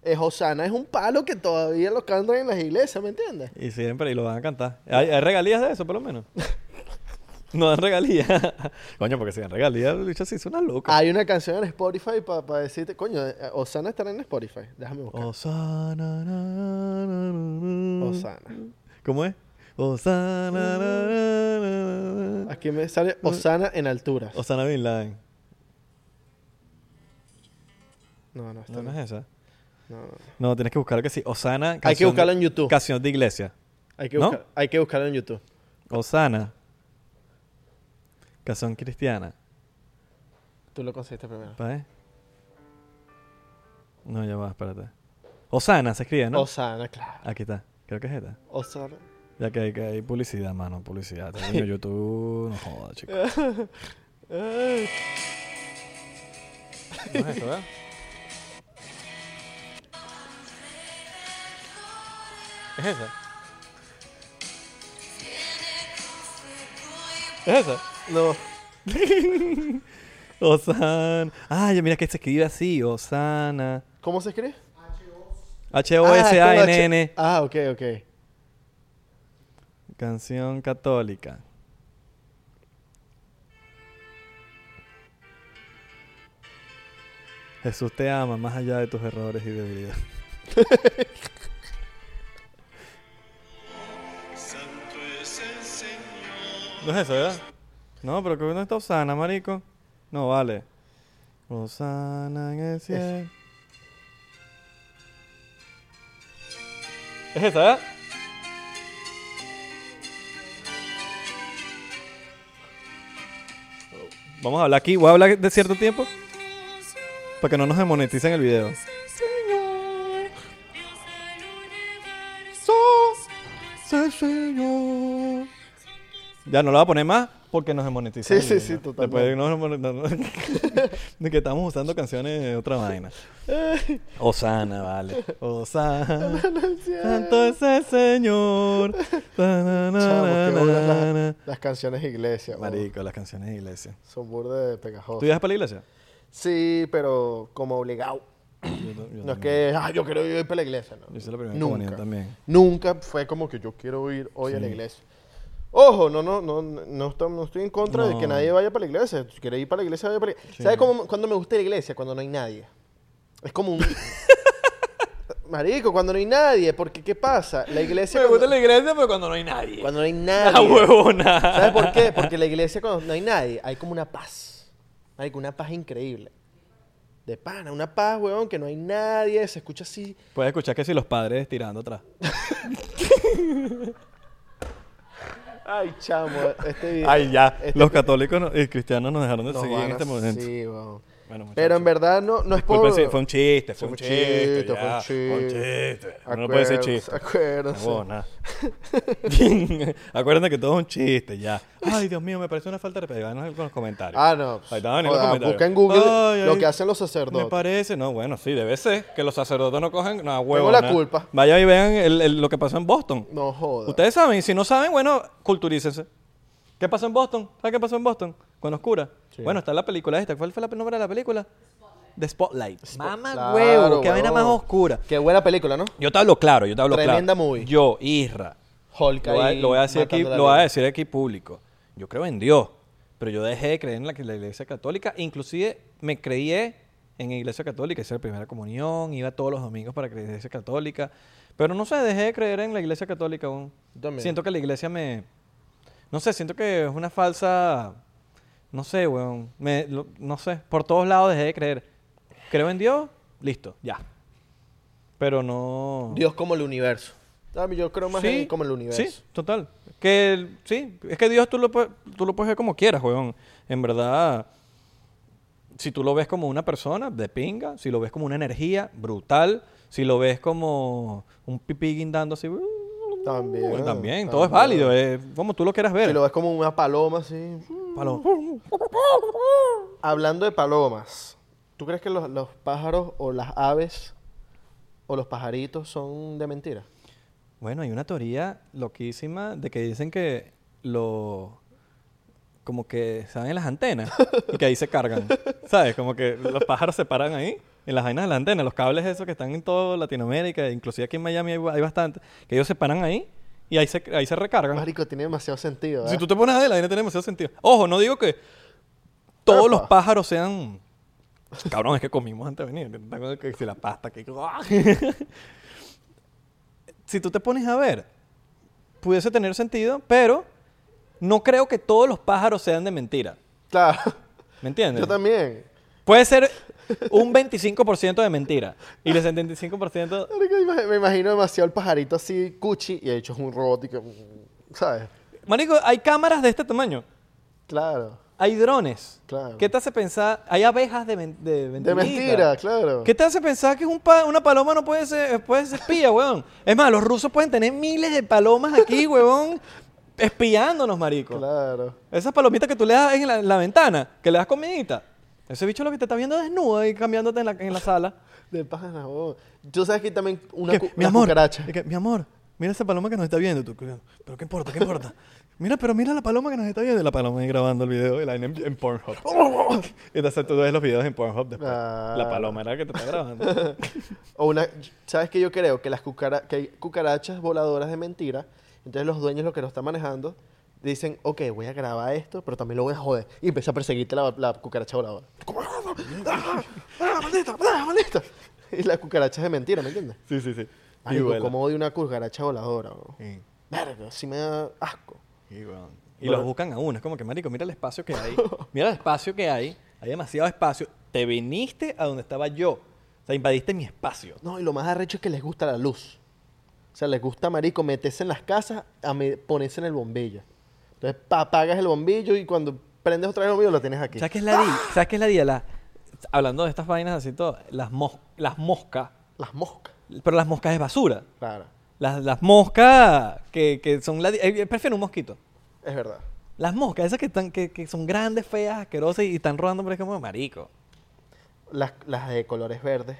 Es Osana, es un palo que todavía lo cantan en las iglesias, ¿me entiendes? Y siempre, y lo van a cantar. ¿Hay, hay regalías de eso, por lo menos? No dan regalías. Coño, porque si dan regalías, Lucha se hizo una loca. Hay una canción en Spotify para decirte, coño, eh, Osana estará en Spotify. Déjame buscar. Osana. na, na, na, na. Osana. ¿Cómo es? Osana. na, na, na, na. Aquí me sale Osana en alturas. Osana Bin Laden. No, no, esta ¿No no. no es esa? No, no. No, tienes que buscar que sí. Osana. Hay que canción de- buscarlo en YouTube. Canción de iglesia. Hay que, ¿No? buscar- hay que buscarlo en YouTube. Osana. Canción cristiana. Tú lo conseguiste primero. Pa' ver. No, ya va, espérate. Osana se escribe, ¿no? Osana, claro. Aquí está. Creo que es esta. Osana. Ya que hay, que hay publicidad, mano. Publicidad. Coño, YouTube. No jodas, chicos. eh? Ay, ¿Es esa? ¿Es esa? No. Osana. Ay, mira que se escribe así. Osana. ¿Cómo se escribe? H-O-S-A-N-N. Ah, es con Ah, H. Ah, ok, ok. Canción católica. Jesús te ama más allá de tus errores y debilidades. No es eso, ¿verdad? No, pero que no está Osana, marico. No, vale. Osana en el cielo. Es esa, ¿verdad? Vamos a hablar aquí, voy a hablar de cierto tiempo para que no nos demoneticen el video. Ya no lo voy a poner más porque nos demonetizan. Sí, sí, el sí, video. totalmente. Después nos demonet- de que estamos usando canciones de otra vaina. Ay, Osana, vale. Osana. no es cierto. Santo es el Señor. Na, na, na, Chamo, qué na, bolas na, las- na. Las canciones iglesias. weón. Marico, las canciones de iglesia. Son burde ¿Tú pegajosas. ibas para la iglesia? Sí, pero como obligado. No es que, ah, yo quiero ir para la iglesia. No. Yo hice la primera Nunca. comunión también. Nunca fue como que yo quiero ir hoy a la Sí. iglesia. Ojo, no, no, no, no, estoy, no estoy en contra de que No. nadie vaya para la iglesia. Si quiere ir para la iglesia, vaya para la iglesia. Sí. ¿Sabes cómo, cuando me gusta la iglesia? Cuando no hay nadie. Es como un... Marico, cuando no hay nadie. Porque, ¿qué pasa? La iglesia... Cuando, iglesia, pero cuando no hay nadie. cuando no hay nadie. huevona! ¿Sabes por qué? Porque la iglesia cuando no hay nadie, hay como una paz. Hay una paz increíble. De pana, una paz, weón, que no hay nadie, se escucha así. Puedes escuchar que si los padres tirando atrás. Ay, chamo, este video. Ay, ya. este- Los católicos no- y cristianos nos dejaron de nos seguir van en este a- momento. Sí, weón. Bueno, muchachos. Pero en verdad no, no es por... Disculpen, sí, fue un chiste, fue Fue un un chiste. chiste, fue ya, un Fue un chiste. chiste. Uno No puede ser Acuérdense, chiste. acuérdense. No, nada. Acuérdate que todo es un chiste, ya. Ay, Dios mío, me parece una falta de respeto. Vanos con los comentarios. Ah, no. Ahí está, en los Joda, comentarios. busca en Google Ay, lo ay, que hacen los Me sacerdotes. parece, no, bueno, sí, debe ser que los sacerdotes no cogen, no, a huevo. la nada. culpa. Vayan y vean el- el- lo que pasó en Boston. No joda. Ustedes saben, y si no saben, bueno, culturícense. ¿Qué pasó en Boston? ¿Sabes qué pasó en Boston? Con Oscura. Sí. Bueno, está la película esta. ¿Cuál fue la nombre de la película? The Spotlight. Mamá Claro, huevo, qué vaina más huevón. oscura. Qué buena película, ¿no? Yo te hablo claro, yo te hablo Tremenda claro. movie. Yo, Isra. Hulk Lo voy, a, ahí lo voy a decir matando aquí, la lo voy a ley. decir aquí público. Yo creo en Dios, pero yo dejé de creer en la, la iglesia católica. Inclusive me creí en la iglesia católica. Hice la primera comunión, iba todos los domingos para la iglesia católica. Pero no sé, dejé de creer en la iglesia católica aún. Yo también. Siento que la iglesia me... No sé, siento que es una falsa... No sé, weón. Me- lo- no sé, por todos lados dejé de creer. Creo en Dios, listo, ya. Pero no... Dios como el universo. Ah, Yo creo más en como el universo. Sí, total. Que el- sí, es que Dios tú lo, pue- tú lo puedes ver como quieras, weón. En verdad, si tú lo ves como una persona, de pinga. Si lo ves como una energía, brutal. Si lo ves como un pipí guindando así, uh, También. bueno, también, todo es válido. eh. Es como tú lo quieras ver. Si lo ves como una paloma así. Palo. Hablando de palomas, ¿tú crees que los, los pájaros o las aves o los pajaritos son de mentira? Bueno, hay una teoría loquísima de que dicen que lo... Como que saben las antenas y que ahí se cargan. ¿Sabes? Como que los pájaros se paran ahí en las vainas de las antenas. Los cables esos que están en toda Latinoamérica, inclusive aquí en Miami hay, ba- hay bastante, que ellos se paran ahí y ahí se, ahí se recargan. Marico, tiene demasiado sentido. ¿eh? ¿verdad? Si tú te pones a ver, la vaina tiene demasiado sentido. Ojo, no digo que todos Epa. los pájaros sean... Cabrón, es que comimos antes de venir. Tengo que- Si la pasta que... si tú te pones a ver, pudiese tener sentido, pero no creo que todos los pájaros sean de mentira. Claro. ¿Me entiendes? Yo también. Puede ser un 25% de mentira y el 75%... Marico, ima- me imagino demasiado el pajarito así, cuchi, y de hecho es un robot y que. mm, ¿Sabes? Marico, hay cámaras de este tamaño. Claro. Hay drones. Claro. ¿Qué te hace pensar? Hay abejas de, men- de De mentirita. mentira, claro. ¿Qué te hace pensar que es un pa- una paloma no puede ser, puede ser espía, weón? Es más, los rusos pueden tener miles de palomas aquí, weón, espiándonos, marico. Claro. Esas palomitas que tú le das en la, en la ventana, que le das comidita. Ese bicho lo que te está viendo desnudo ahí cambiándote en la, en la sala. De pájaro. oh. Tú sabes que también una, Que, cu- mi una amor, cucaracha. y que, mi amor, mira esa paloma que nos está viendo. Tú, pero qué importa, qué importa. Mira, pero mira la paloma que nos está viendo. Y La paloma ahí grabando el video y la vaina en, en Pornhub. y entonces tú ves los videos en Pornhub después. Ah. La paloma era la que te está grabando. O una, ¿Sabes que yo creo? Que las cucara- que hay cucarachas voladoras de mentira. Entonces los dueños, los que lo están manejando, dicen, ok, voy a grabar esto, pero también lo voy a joder. Y empieza a perseguirte la, la cucaracha voladora. Como, "Ah, ah, ah, maldita, ah, maldita". Y la cucaracha es de mentira, ¿me entiendes? sí, sí, sí. Y Marico, vuela. como odio una cucaracha voladora, bro. Sí. Verga, sí me da asco. Y, bueno, y los buscan a uno. Es como que, marico, mira el espacio que hay. Mira el espacio que hay. Hay demasiado espacio. Te viniste a donde estaba yo. O sea, invadiste mi espacio. No, y lo más arrecho es que les gusta la luz. O sea, les gusta, marico, meterse en las casas a me- ponerse en el bombillo. Entonces, pa- apagas el bombillo y cuando prendes otra vez el bombillo lo tienes aquí. ¿Sabes qué ¡Ah! es la di? ¿Sabes qué es la di? La- hablando de estas vainas así todo, las, mos- las moscas. Las moscas. Pero las moscas de basura. Claro, Las, las moscas que, que son la di- eh, Prefiero un mosquito. es verdad. Las moscas, esas que, están, que, que son grandes, feas, asquerosas y, y están rodando por ahí como marico. Las, las de colores verdes,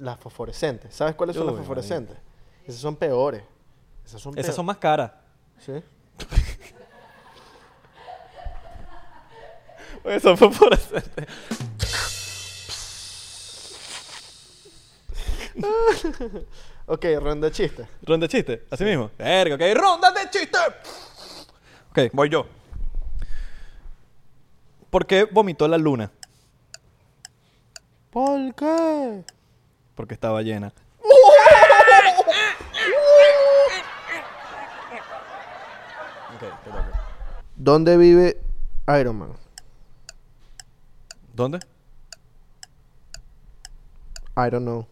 las fosforescentes. ¿Sabes cuáles son Uy, las fosforescentes? Esas son peores. Esas son Esas peor- son más caras. ¿Sí? Eso fue por hacerte. Ok, ronda de chistes. Ronda de chistes, así mismo. Verga, ok. Ronda de chistes. Ok, voy yo. ¿Por qué vomitó la luna? ¿Por qué? Porque estaba llena. ¿Dónde vive Iron Man? ¿Dónde? I don't know.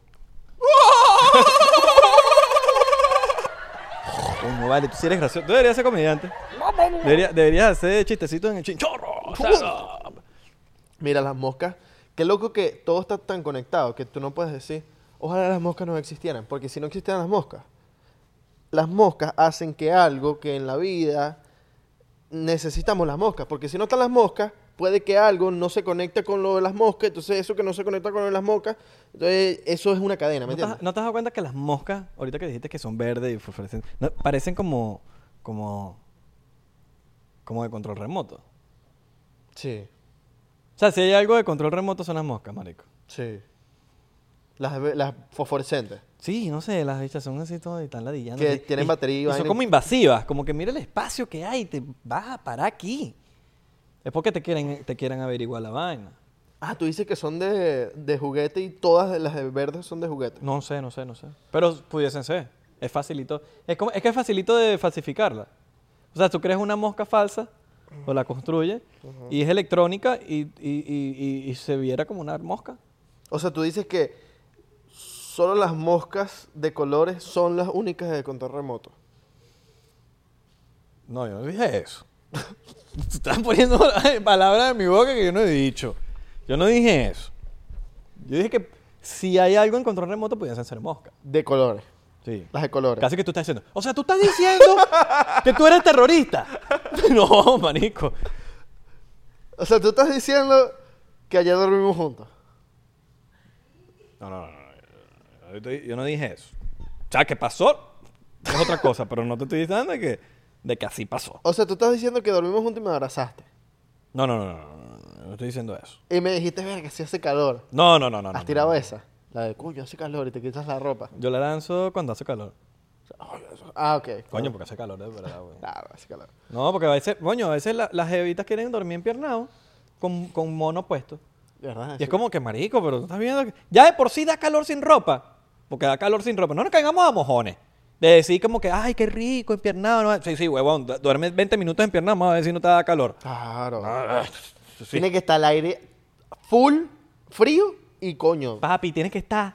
Coño, vale, tú sí eres gracioso. Tú deberías ser comediante. Debería- deberías hacer chistecitos en el chinchorro. Mira, las moscas Qué loco que todo está tan conectado que tú no puedes decir, ojalá las moscas no existieran, porque si no existieran las moscas, las moscas hacen que algo que en la vida necesitamos las moscas, porque si no están las moscas, puede que algo no se conecte con lo de las moscas, entonces eso que no se conecta con lo de las moscas, entonces eso es una cadena, ¿me ¿No te, has, entiendes? no te has dado cuenta que las moscas, ahorita que dijiste que son verdes y fosforescentes, no, parecen como, como, como de control remoto? Sí, O sea, si hay algo de control remoto son las moscas, marico. sí. Las, ve- las fosforescentes. Sí, no sé, las bichas son así todas y están ladillando. Que así. tienen Y- batería y y son vaina y- como invasivas, como que mira el espacio que hay, te vas a parar aquí. Es porque te quieren, te quieren averiguar la vaina. Ah, tú dices que son de, de juguete y todas las de verdes son de juguete. No sé, no sé, no sé. Pero pudiesen ser. Es facilito. Es, como- es que es facilito de falsificarla. O sea, tú creas una mosca falsa o la construyes y es electrónica y, y- y- y- y se viera como una mosca. O sea, tú dices que solo las moscas de colores son las únicas de control remoto. No, yo no dije eso. Se están poniendo palabras en mi boca que yo no he dicho. Yo no dije eso. Yo dije que si hay algo en control remoto, pudiesen ser moscas. De colores. Sí. Las de colores. Casi que tú estás diciendo. O sea, tú estás diciendo que tú eres terrorista. no, manico. O sea, tú estás diciendo que ayer dormimos juntos. No, no, no, no. Yo, te- yo no dije eso. O sea, que pasó es otra cosa, pero no te estoy diciendo que, de que así pasó. O sea, tú estás diciendo que dormimos juntos y me abrazaste. No, no, no, no, no, no, no, no estoy diciendo eso. Y me dijiste, verga, si hace calor. No, no, no, no. no, Has no, tirado no. esa. La de, coño, hace calor y te quitas la ropa. Yo la lanzo cuando hace calor. Ah, ok. Coño, porque hace calor, de verdad, güey. Ah, hace calor. No, porque a veces, coño, a veces la- las jevitas quieren dormir empiernado con, con mono puesto. De verdad. Y es como que, marico, pero tú estás viendo que... Ya de por sí da calor sin ropa. Porque da calor sin ropa. No nos caigamos a mojones. De decir como que, ay, qué rico, empiernado. No. Sí, sí, huevón, du- duerme 20 minutos empiernado, vamos a ver si no te da calor. Claro. Ah, Sí. Tiene que estar el aire full, frío y coño. Papi, tienes que estar...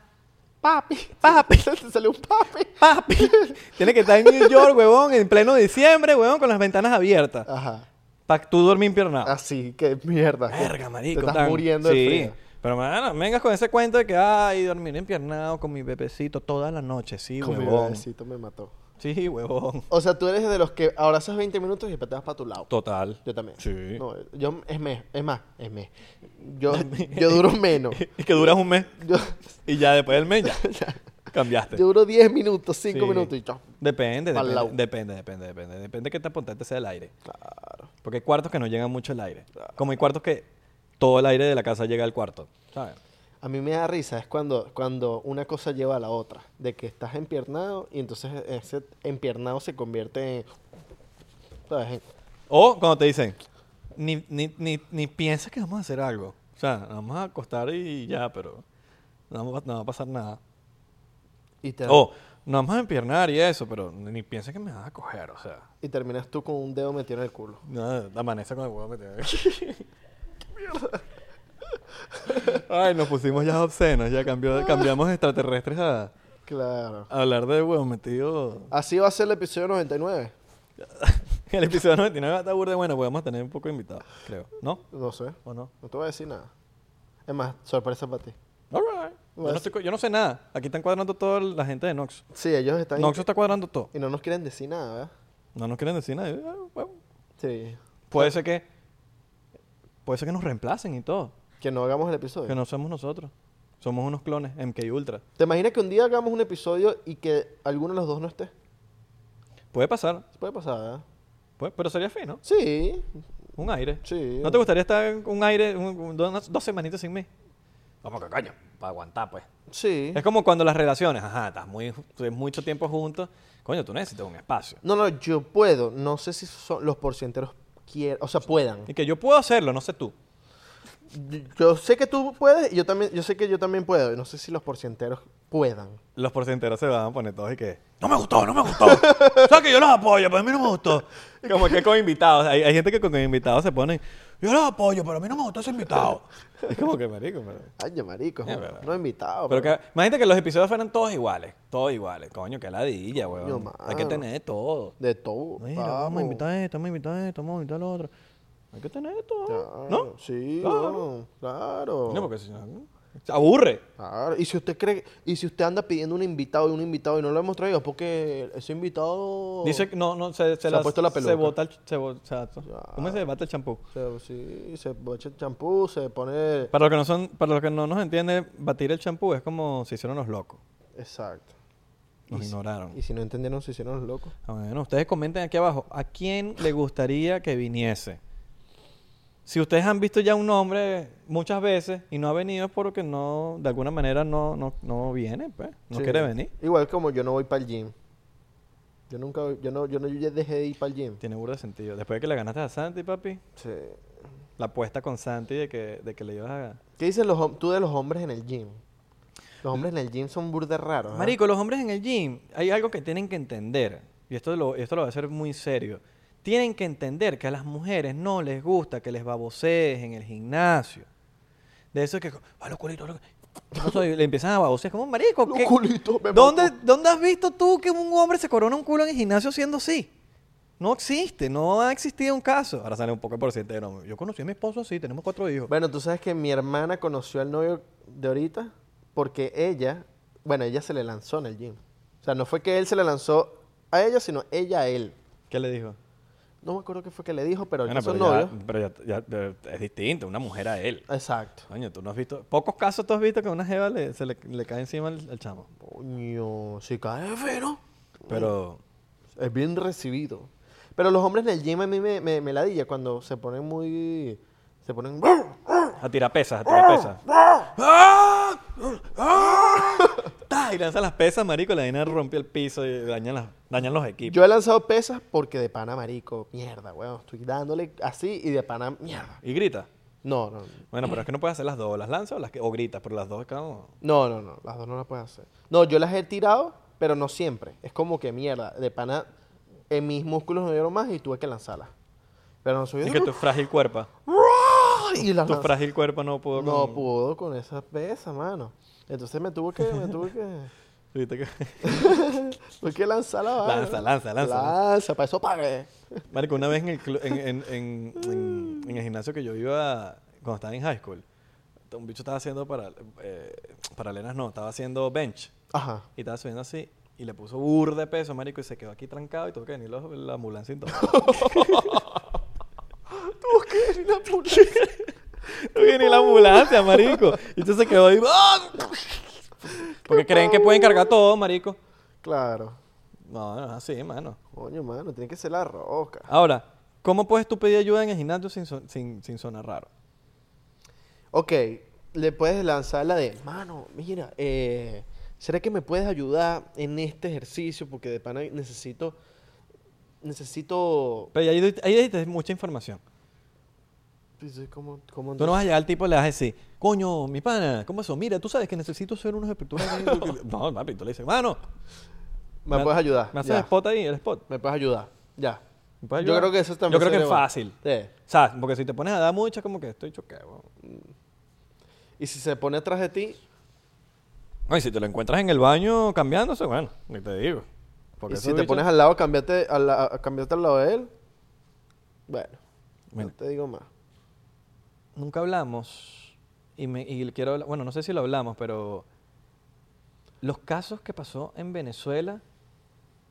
Papi. Papi. Te salió un papi. Papi. tienes que estar en New York, huevón, en pleno diciembre, huevón, con las ventanas abiertas. Ajá. Para tú dormir empiernado. Así, que mierda. Verga, marico. Te estás tan- muriendo sí. de frío. Pero, mano, vengas con ese cuento de que, ay, dormir empiernado con mi bebecito toda la noche. Sí, Con mi huevón. bebecito me mató. Sí, huevón. O sea, tú eres de los que abrazas 20 minutos y después te vas para tu lado. Total. Yo también. Sí. No, yo es mes, es más, es mes. Yo, yo duro menos. Y que duras un mes. Yo, Y ya después del mes ya. Cambiaste. yo duro 10 minutos, 5 Sí. minutos y chao. Depende, Pa'l depende, lado. depende, depende, depende. Depende de qué tan potente sea el aire. Porque hay cuartos que no llega mucho el aire. Como hay cuartos que todo el aire de la casa llega al cuarto. ¿Sabes? A mí me da risa, es cuando, cuando una cosa lleva a la otra. De que estás empiernado y entonces ese empiernado se convierte en. ¿Sabes? En- O cuando te dicen, ni, ni, ni, ni piensas que vamos a hacer algo. O sea, nos vamos a acostar y ya, pero no, va- no va a pasar nada. Y, te- O nos vamos a empiernar y eso, pero ni piensas que me vas a coger. O sea, y terminas tú con un dedo metido en el culo. no, amanece con el huevo metido. Ay, nos pusimos ya obscenos, ya cambió, cambiamos de extraterrestres a, Claro. a hablar de huevo metido. Así va a ser el episodio 99. El episodio 99 va a estar burde bueno, porque vamos a tener un poco de invitados, creo. ¿No? No sé. ¿O no? No te voy a decir nada. Es más, sorpresa para ti. All right. Yo, Pues- no estoy co- yo no sé nada. Aquí están cuadrando toda la gente de Nox. Sí, ellos están. Nox está cuadrando todo. Y no nos quieren decir nada, ¿verdad? No nos quieren decir nada. Ah, bueno. Sí. Puede ser que. Puede ser que nos reemplacen y todo. Que no hagamos el episodio. Que no somos nosotros. Somos unos clones MK Ultra. ¿Te imaginas que un día hagamos un episodio y que alguno de los dos no esté? Puede pasar. Puede pasar, ¿verdad? Puede- pero sería fino. Sí. Un aire. Sí. ¿No te gustaría estar un aire un- un- dos, dos semanitas sin mí? Vamos que coño. Para aguantar, pues. Sí. Es como cuando las relaciones. Ajá, estás muy, mucho tiempo juntos. Coño, tú necesitas un espacio. No, no, yo puedo. No sé si son los porcienteros quieran. O sea, puedan. Y que yo puedo hacerlo, no sé tú. Yo- Yo sé que tú puedes y yo también. Yo sé que yo también puedo. y No sé si los porcienteros puedan. los porcenteros se van a poner todos y que no me gustó, no me gustó. o sea que yo los apoyo, pero a mí no me gustó. Como que con invitados, hay, hay gente que con, con invitados se ponen, yo los apoyo, pero a mí no me gustó ese invitado. es como que marico, pero. Ay, ya, marico. Es no- verdad. no he invitado. Pero pero- que, imagínate que los episodios fueran todos iguales, todos iguales. Coño, qué ladilla, weón. Coño, Hay que mano. tener de todo. De todo. Mira, vamos. vamos a invitar a esto, vamos a invitar a esto, vamos a invitar a lo otro. Hay que tener esto. Claro, ¿No? Sí, Claro. bueno, claro. No, pues. porque si no, se aburre. Claro, y si usted cree, y si usted anda pidiendo un invitado y un invitado y no lo hemos traído, es porque ese invitado. Dice que no, no, se, se, Se ha puesto la peluca. Se bota el, se bo- o sea, ¿Cómo se bota el champú? Se, sí, se echa champú, se pone. Para los que no son, para los que no nos entienden, batir el champú es como se hicieron los locos. Exacto. Nos ignoraron. Y si no entendieron, se hicieron los locos. Ah, Bueno, ustedes comenten aquí abajo a quién le gustaría que viniese. Si ustedes han visto ya un nombre muchas veces y no ha venido es porque no, de alguna manera no, no, no viene, pues, no Sí. quiere venir. Igual como yo no voy para el gym. Yo nunca, yo no, yo no, yo ya dejé de ir para el gym. Tiene burro de sentido. Después de que le ganaste a Santi, papi, Sí. la apuesta con Santi de que, de que le ibas a ¿Qué dices los, hom- tú de los hombres en el gym? Los hombres en el gym son burdes raros. ¿ah? Marico, los hombres en el gym, hay algo que tienen que entender, y esto lo, esto lo voy a hacer muy serio. Tienen que entender que a las mujeres no les gusta que les babosees en el gimnasio. De eso es que, a los culitos, los- ¿qué pasó? Y le empiezan a babosear. Como, marico, Los ¿qué- culitos, me ¿dónde, mató. ¿dónde has visto tú que un hombre se corona un culo en el gimnasio siendo así? No existe, no ha existido un caso. Ahora sale un poco el porcentaje de no, Yo conocí a mi esposo así, tenemos cuatro hijos. Bueno, tú sabes que mi hermana conoció al novio de ahorita porque ella, bueno, ella se le lanzó en el gym. O sea, no fue que él se le lanzó a ella, sino ella a él. ¿Qué le dijo? No me acuerdo qué fue que le dijo, pero Bueno, ellos son pero ya- novios. pero ya- ya- ya es distinto, una mujer a él. Exacto. Coño, tú no has visto. Pocos casos tú has visto que una jeva le, se le, le cae encima al, al chamo. Coño, si cae fero. Pero. Es bien recibido. Pero los hombres en el gym a mí me, me, me ladilla cuando se ponen muy. Se ponen. A tirar pesas, a tirar pesas. ¡Ah! ¡Ah! ¡Ta! Y lanzan las pesas, marico. La vaina rompió el piso y dañan, las, dañan los equipos. Yo he lanzado pesas porque de pana marico. Mierda, weón. Estoy dándole así y de pana. Mierda. Y grita. No, no. Bueno, pero es que no puedes hacer las dos. Las lanzas o, las que, o gritas, pero las dos, cabrón. No, no, no. Las dos no las puedes hacer. No, yo las he tirado, pero no siempre. Es como que mierda. De pana. En mis músculos no dieron más y tuve que lanzarlas. Pero no soy. Es que tu frágil cuerpo. Y las Tu lancé. frágil cuerpo no pudo. No con- pudo con esas pesas, mano. Entonces me tuvo que. Me tuve que Viste que- Tuve que lanzar la vaina. Lanza, lanza, lanza. Lanza, para eso pagué. Marico, una vez en el, clu- en, en- en- en- en el gimnasio que yo iba cuando estaba en high school, un bicho estaba haciendo para, eh, paralelas, no, estaba haciendo bench Ajá. y estaba subiendo así y le puso burda de peso, marico, y se quedó aquí trancado y tuvo que venir los- la ambulancia y todo. Tuvo que venir la policía. tuvo que venir la ambulancia, marico. Y entonces se quedó ahí. ¡ah! Porque creen que pueden cargar todo, marico. Claro. No, no es así, mano. Coño, mano, tiene que ser la roca. Ahora, ¿cómo puedes tú pedir ayuda en el gimnasio sin, son- sin, sin sonar raro? Ok, le puedes lanzar la de, mano, mira, eh, ¿será que me puedes ayudar en este ejercicio? Porque de pana necesito. Necesito. Pero ahí, ahí diste mucha información. Dice, ¿Cómo, cómo Tú no vas a llegar al tipo y le vas a decir, coño, mi pana, ¿cómo eso? Mira, tú sabes que necesito hacer unos espectaculares. no, papi, tú le dices, mano, ¿Me puedes ayudar? me haces Ya. el spot ahí, el spot. Me puedes ayudar. Ya. ¿Me puedes Yo ayudar? creo que eso está Yo creo que es sería bueno. fácil. Sí. O sea, porque si te pones a dar muchas, como que estoy choqueado. Y si se pone atrás de ti, Ay, si te lo encuentras en el baño cambiándose, bueno, ni te digo. Porque Y esos si te bichos- pones al lado, cambiate al, la- a- cambiarte al lado de él. Bueno, Bueno. no te digo más. Nunca hablamos, y, me, y quiero hablar- bueno, no sé si lo hablamos, pero los casos que pasó en Venezuela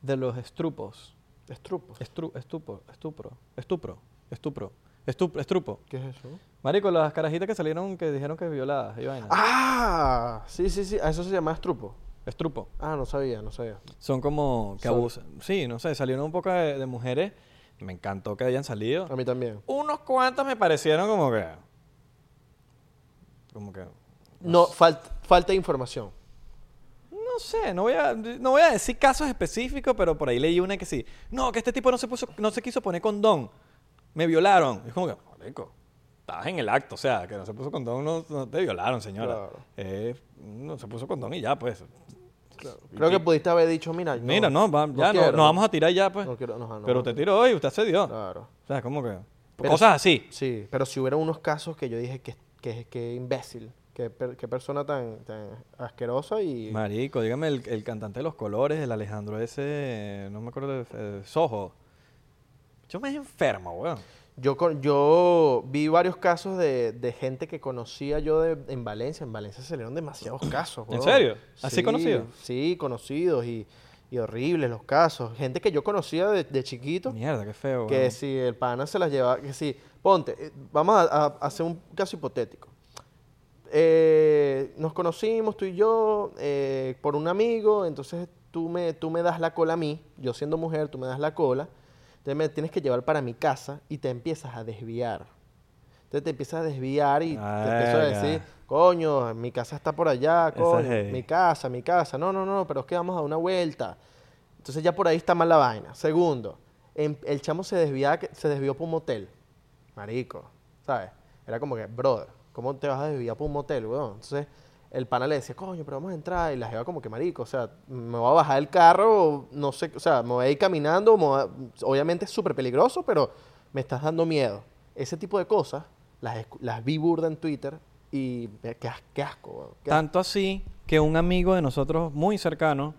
de los estrupos. Es trupo. Estru, estupo, estupro, estupro, estupro, estup- estrupo. ¿Qué es eso? Marico, las carajitas que salieron que dijeron que violadas, y vainas. ¡Ah! Sí, sí, sí. A eso se llama estrupo. Estrupo. Ah, no sabía, no sabía. Son como que Son- abusan. Sí, no sé, salieron un poco de, de mujeres. Me encantó que hayan salido. A mí también. Unos cuantos me parecieron como que. Como que. No, fal- falta de información. No sé, no voy, a, no voy a decir casos específicos, pero por ahí leí una que sí. No, que este tipo no se, puso, no se quiso poner condón. Me violaron. Es como que, marico, estabas en el acto. O sea, que no se puso condón, no, no te violaron, señora. Claro. Eh, no se puso condón y ya, pues. Creo que pudiste haber dicho, mira, no, Mira, no, va- ya no- quiero. nos vamos a tirar ya, pues. No quiero, no, no, pero no, usted tiró y usted se dio. Claro. O sea, como que. Pero- cosas así. Sí, pero si hubiera unos casos que yo dije que, que, que imbécil, que, per- que persona tan, tan asquerosa y... Marico, dígame el, el cantante de los colores, el eh, Alejandro ese, no me acuerdo, de Sojo. Yo me enfermo, weón. Yo, con- yo vi varios casos de, de gente que conocía yo de- en Valencia. En Valencia salieron demasiados casos. ¿En weón. serio? ¿Así conocidos? Sí, conocidos y, y horribles los casos. Gente que yo conocía de, de chiquito. Mierda, qué feo, Que weón. si el pana se las llevaba, que si, ponte, eh, vamos a, a- a hacer un caso hipotético. Eh, nos conocimos tú y yo eh, por un amigo, entonces tú me, tú me das la cola a mí, yo siendo mujer, tú me das la cola, entonces me tienes que llevar para mi casa y te empiezas a desviar. Entonces te empiezas a desviar y te empiezo a Verga. decir, coño, mi casa está por allá, Esa coño, es heavy. mi casa, mi casa. No, no, no, pero es que vamos a dar una vuelta. Entonces ya por ahí está mal la vaina. Segundo, em- el chamo se desvía, se desvió por un motel. Marico, ¿sabes? Era como que, brother, ¿cómo te vas a desviar por un motel, weón? Entonces el pana le decía, coño, pero vamos a entrar. Y la jeva como que, marico, o sea, me voy a bajar el carro, o no sé, o sea, me voy a ir caminando. me voy a- obviamente es súper peligroso, pero me estás dando miedo. Ese tipo de cosas las, escu- las vi burda en Twitter y ve- qué, as- qué asco, weón. qué asco. Tanto así que un amigo de nosotros muy cercano,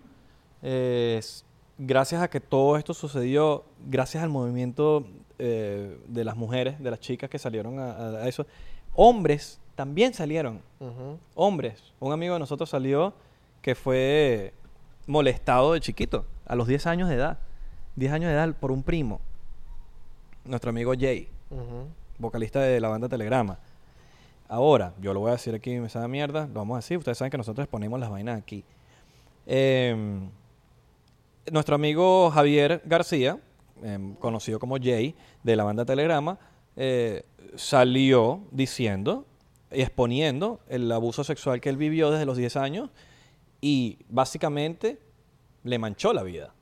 eh, s- gracias a que todo esto sucedió, gracias al movimiento eh, de las mujeres, de las chicas que salieron a, a- a eso, hombres también salieron. Ujú. Hombres. Un amigo de nosotros salió que fue molestado de chiquito, a los 10 años de edad. 10 años de edad por un primo. Nuestro amigo Jay Ujú. vocalista de la banda Telegrama. Ahora, yo lo voy a decir aquí, me sabe mierda, lo vamos a decir, ustedes saben que nosotros ponemos las vainas aquí. Em, nuestro amigo Javier García, em, conocido como Jay, de la banda Telegrama, eh, salió diciendo y exponiendo el abuso sexual que él vivió desde los 10 años y básicamente le manchó la vida.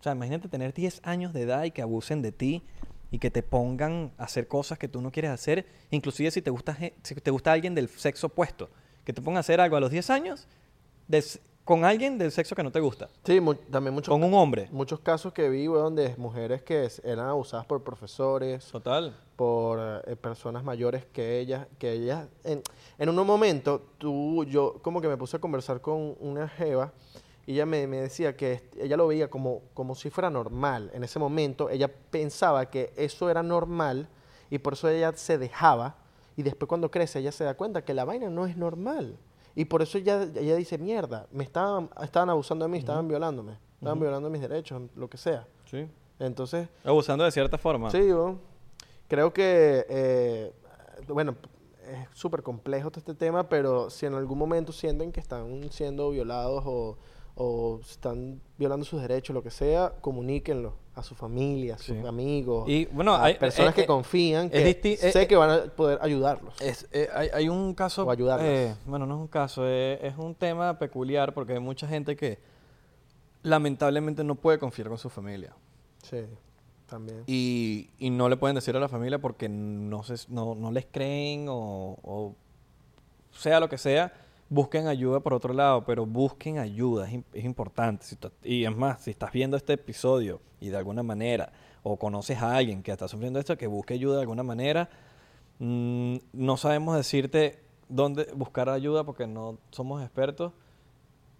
O sea, imagínate tener 10 años de edad y que abusen de ti y que te pongan a hacer cosas que tú no quieres hacer, inclusive si te gusta, gen- si te gusta alguien del sexo opuesto, que te pongan a hacer algo a los 10 años des- con alguien del sexo que no te gusta, Sí, mu- también muchos, con un hombre. muchos casos que vi, weón, de mujeres que es- eran abusadas por profesores, Total. por eh, personas mayores que ellas, que ellas, en, en un momento, tú, yo como que me puse a conversar con una jeva y ella me, me decía que est- ella lo veía como, como si fuera normal. En ese momento ella pensaba que eso era normal y por eso ella se dejaba y después cuando crece ella se da cuenta que la vaina no es normal. Y por eso ella, ella dice, mierda, me estaban, estaban abusando de mí, estaban violándome, estaban violando mis derechos, lo que sea. Sí. Entonces, Abusando de cierta forma. Sí, yo creo que, eh, bueno, es súper complejo todo este tema, pero si en algún momento sienten que están siendo violados o, o están violando sus derechos, lo que sea, comuníquenlo a su familia, a sus Sí. amigos, Y, bueno, a hay- personas eh, que eh, confían, es que disti- eh, sé eh, que van a poder ayudarlos. Es- eh, hay, hay un caso... O ayudarlas. eh, bueno, no es un caso, eh, es un tema peculiar porque hay mucha gente que lamentablemente no puede confiar con su familia. Sí, también. Y, y no le pueden decir a la familia porque no, se, no, no les creen o, o sea lo que sea, busquen ayuda por otro lado, pero busquen ayuda, es, im- es importante. Si tú- y es más, si estás viendo este episodio y de alguna manera, o conoces a alguien que está sufriendo esto, que busque ayuda de alguna manera, mm, no sabemos decirte dónde buscar ayuda porque no somos expertos,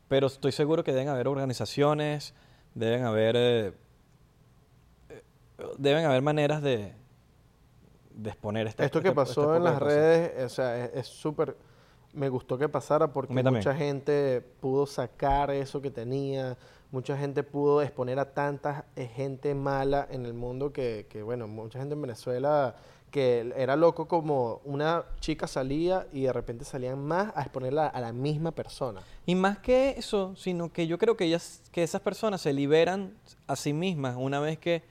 pero estoy seguro que deben haber organizaciones, deben haber... eh, deben haber maneras de, de exponer esta- Esto que este- este pasó poco en de las cosas. redes, o sea, e-, es es súper... Me gustó que pasara porque A mí también. mucha gente pudo sacar eso que tenía, mucha gente pudo exponer a tanta eh, gente mala en el mundo que, que, bueno, mucha gente en Venezuela que era loco como una chica salía y de repente salían más a exponerla a la misma persona. Y más que eso, sino que yo creo que, ellas, que esas personas se liberan a sí mismas una vez que,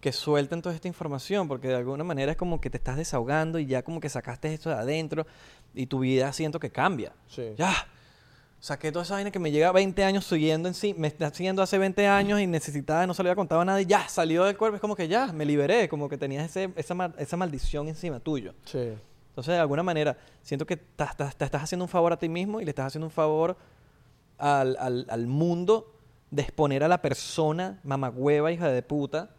que sueltan toda esta información, porque de alguna manera es como que te estás desahogando y ya como que sacaste esto de adentro y tu vida siento que cambia. Sí. Ya, saqué toda esa vaina que me llega 20 años siguiendo en sí, me está siguiendo hace 20 años y necesitaba, no se lo había contado a nadie, ya, salió del cuerpo, es como que ya, me liberé, como que tenías ese- esa, ma- esa maldición encima tuyo. Sí. Entonces, de alguna manera, siento que ta- ta- te estás haciendo un favor a ti mismo y le estás haciendo un favor al, al- al mundo de exponer a la persona mamagüeva, hija de puta,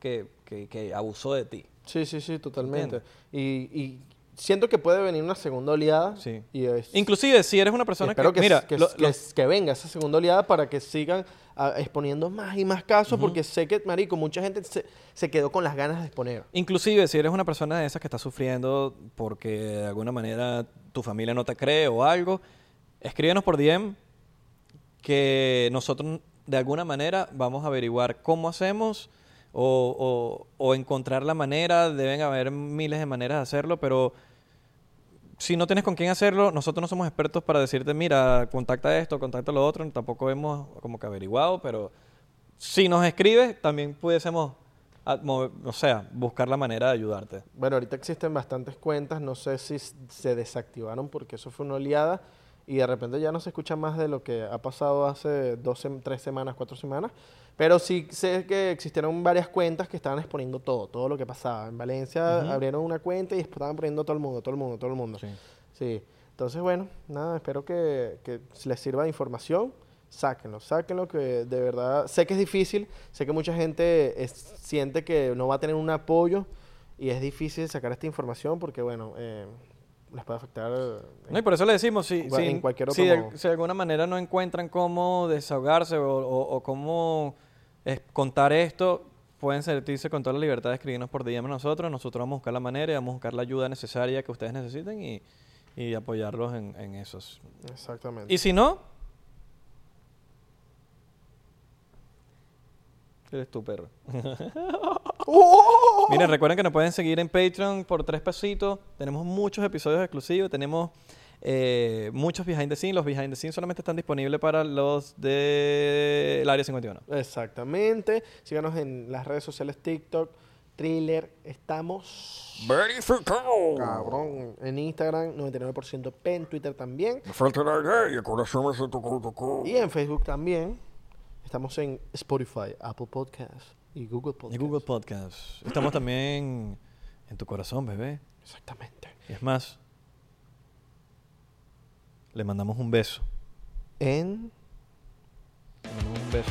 que, que- que abusó de ti. Sí, sí, sí, totalmente. Y, y siento que puede venir una segunda oleada. Sí. Y es- Inclusive, si eres una y persona espero que, Mira, que, lo- que- lo- que venga esa segunda oleada para que sigan ah, exponiendo más y más casos, porque sé que, marico, mucha gente se, se quedó con las ganas de exponer. Inclusive si eres una persona de esas que está sufriendo porque de alguna manera tu familia no te cree o algo, escríbenos por DM que nosotros de alguna manera vamos a averiguar cómo hacemos o, o- o encontrar la manera, deben haber miles de maneras de hacerlo, pero si no tienes con quién hacerlo, nosotros no somos expertos para decirte, mira, contacta esto, contacta lo otro, tampoco hemos como que averiguado, pero si nos escribes, también pudiésemos, ah, mo- o sea, buscar la manera de ayudarte. Bueno, ahorita existen bastantes cuentas, no sé si s- se desactivaron porque eso fue una oleada y de repente ya no se escucha más de lo que ha pasado hace dos, sem- tres semanas, cuatro semanas, pero sí sé que existieron varias cuentas que estaban exponiendo todo, todo lo que pasaba. En Valencia abrieron una cuenta y estaban poniendo todo el mundo, todo el mundo, todo el mundo. Sí. Sí. Entonces, bueno, nada, espero que, que les sirva de información. Sáquenlo, sáquenlo, que de verdad sé que es difícil, sé que mucha gente es- siente que no va a tener un apoyo y es difícil sacar esta información porque, bueno, eh, les puede afectar. eh, No, y por eso le decimos, si, Gua- si- en cualquier otro si de, modo. si de alguna manera no encuentran cómo desahogarse o, o- o cómo eh, contar esto, pueden sentirse con toda la libertad de escribirnos por DM a nosotros. Nosotros vamos a buscar la manera y vamos a buscar la ayuda necesaria que ustedes necesiten y, y apoyarlos en, en esos. Exactamente. Y si no, eres tu perro. Miren, recuerden que nos pueden seguir en Patreon por tres pesitos. Tenemos muchos episodios exclusivos. Tenemos eh, muchos behind the scenes. Los behind the scenes solamente están disponibles para los del área 51. Exactamente. Síganos en las redes sociales TikTok, Thriller, estamos Verificado. cabrón en Instagram, 99% en Twitter también. Me falta la idea y el corazón me se tocó, tocó. Y en Facebook también. Estamos en Spotify, Apple Podcasts y Google Y Podcasts. Google Podcast. Estamos también en tu corazón, bebé. Exactamente. Y es más, le mandamos un beso. En Le mandamos un beso.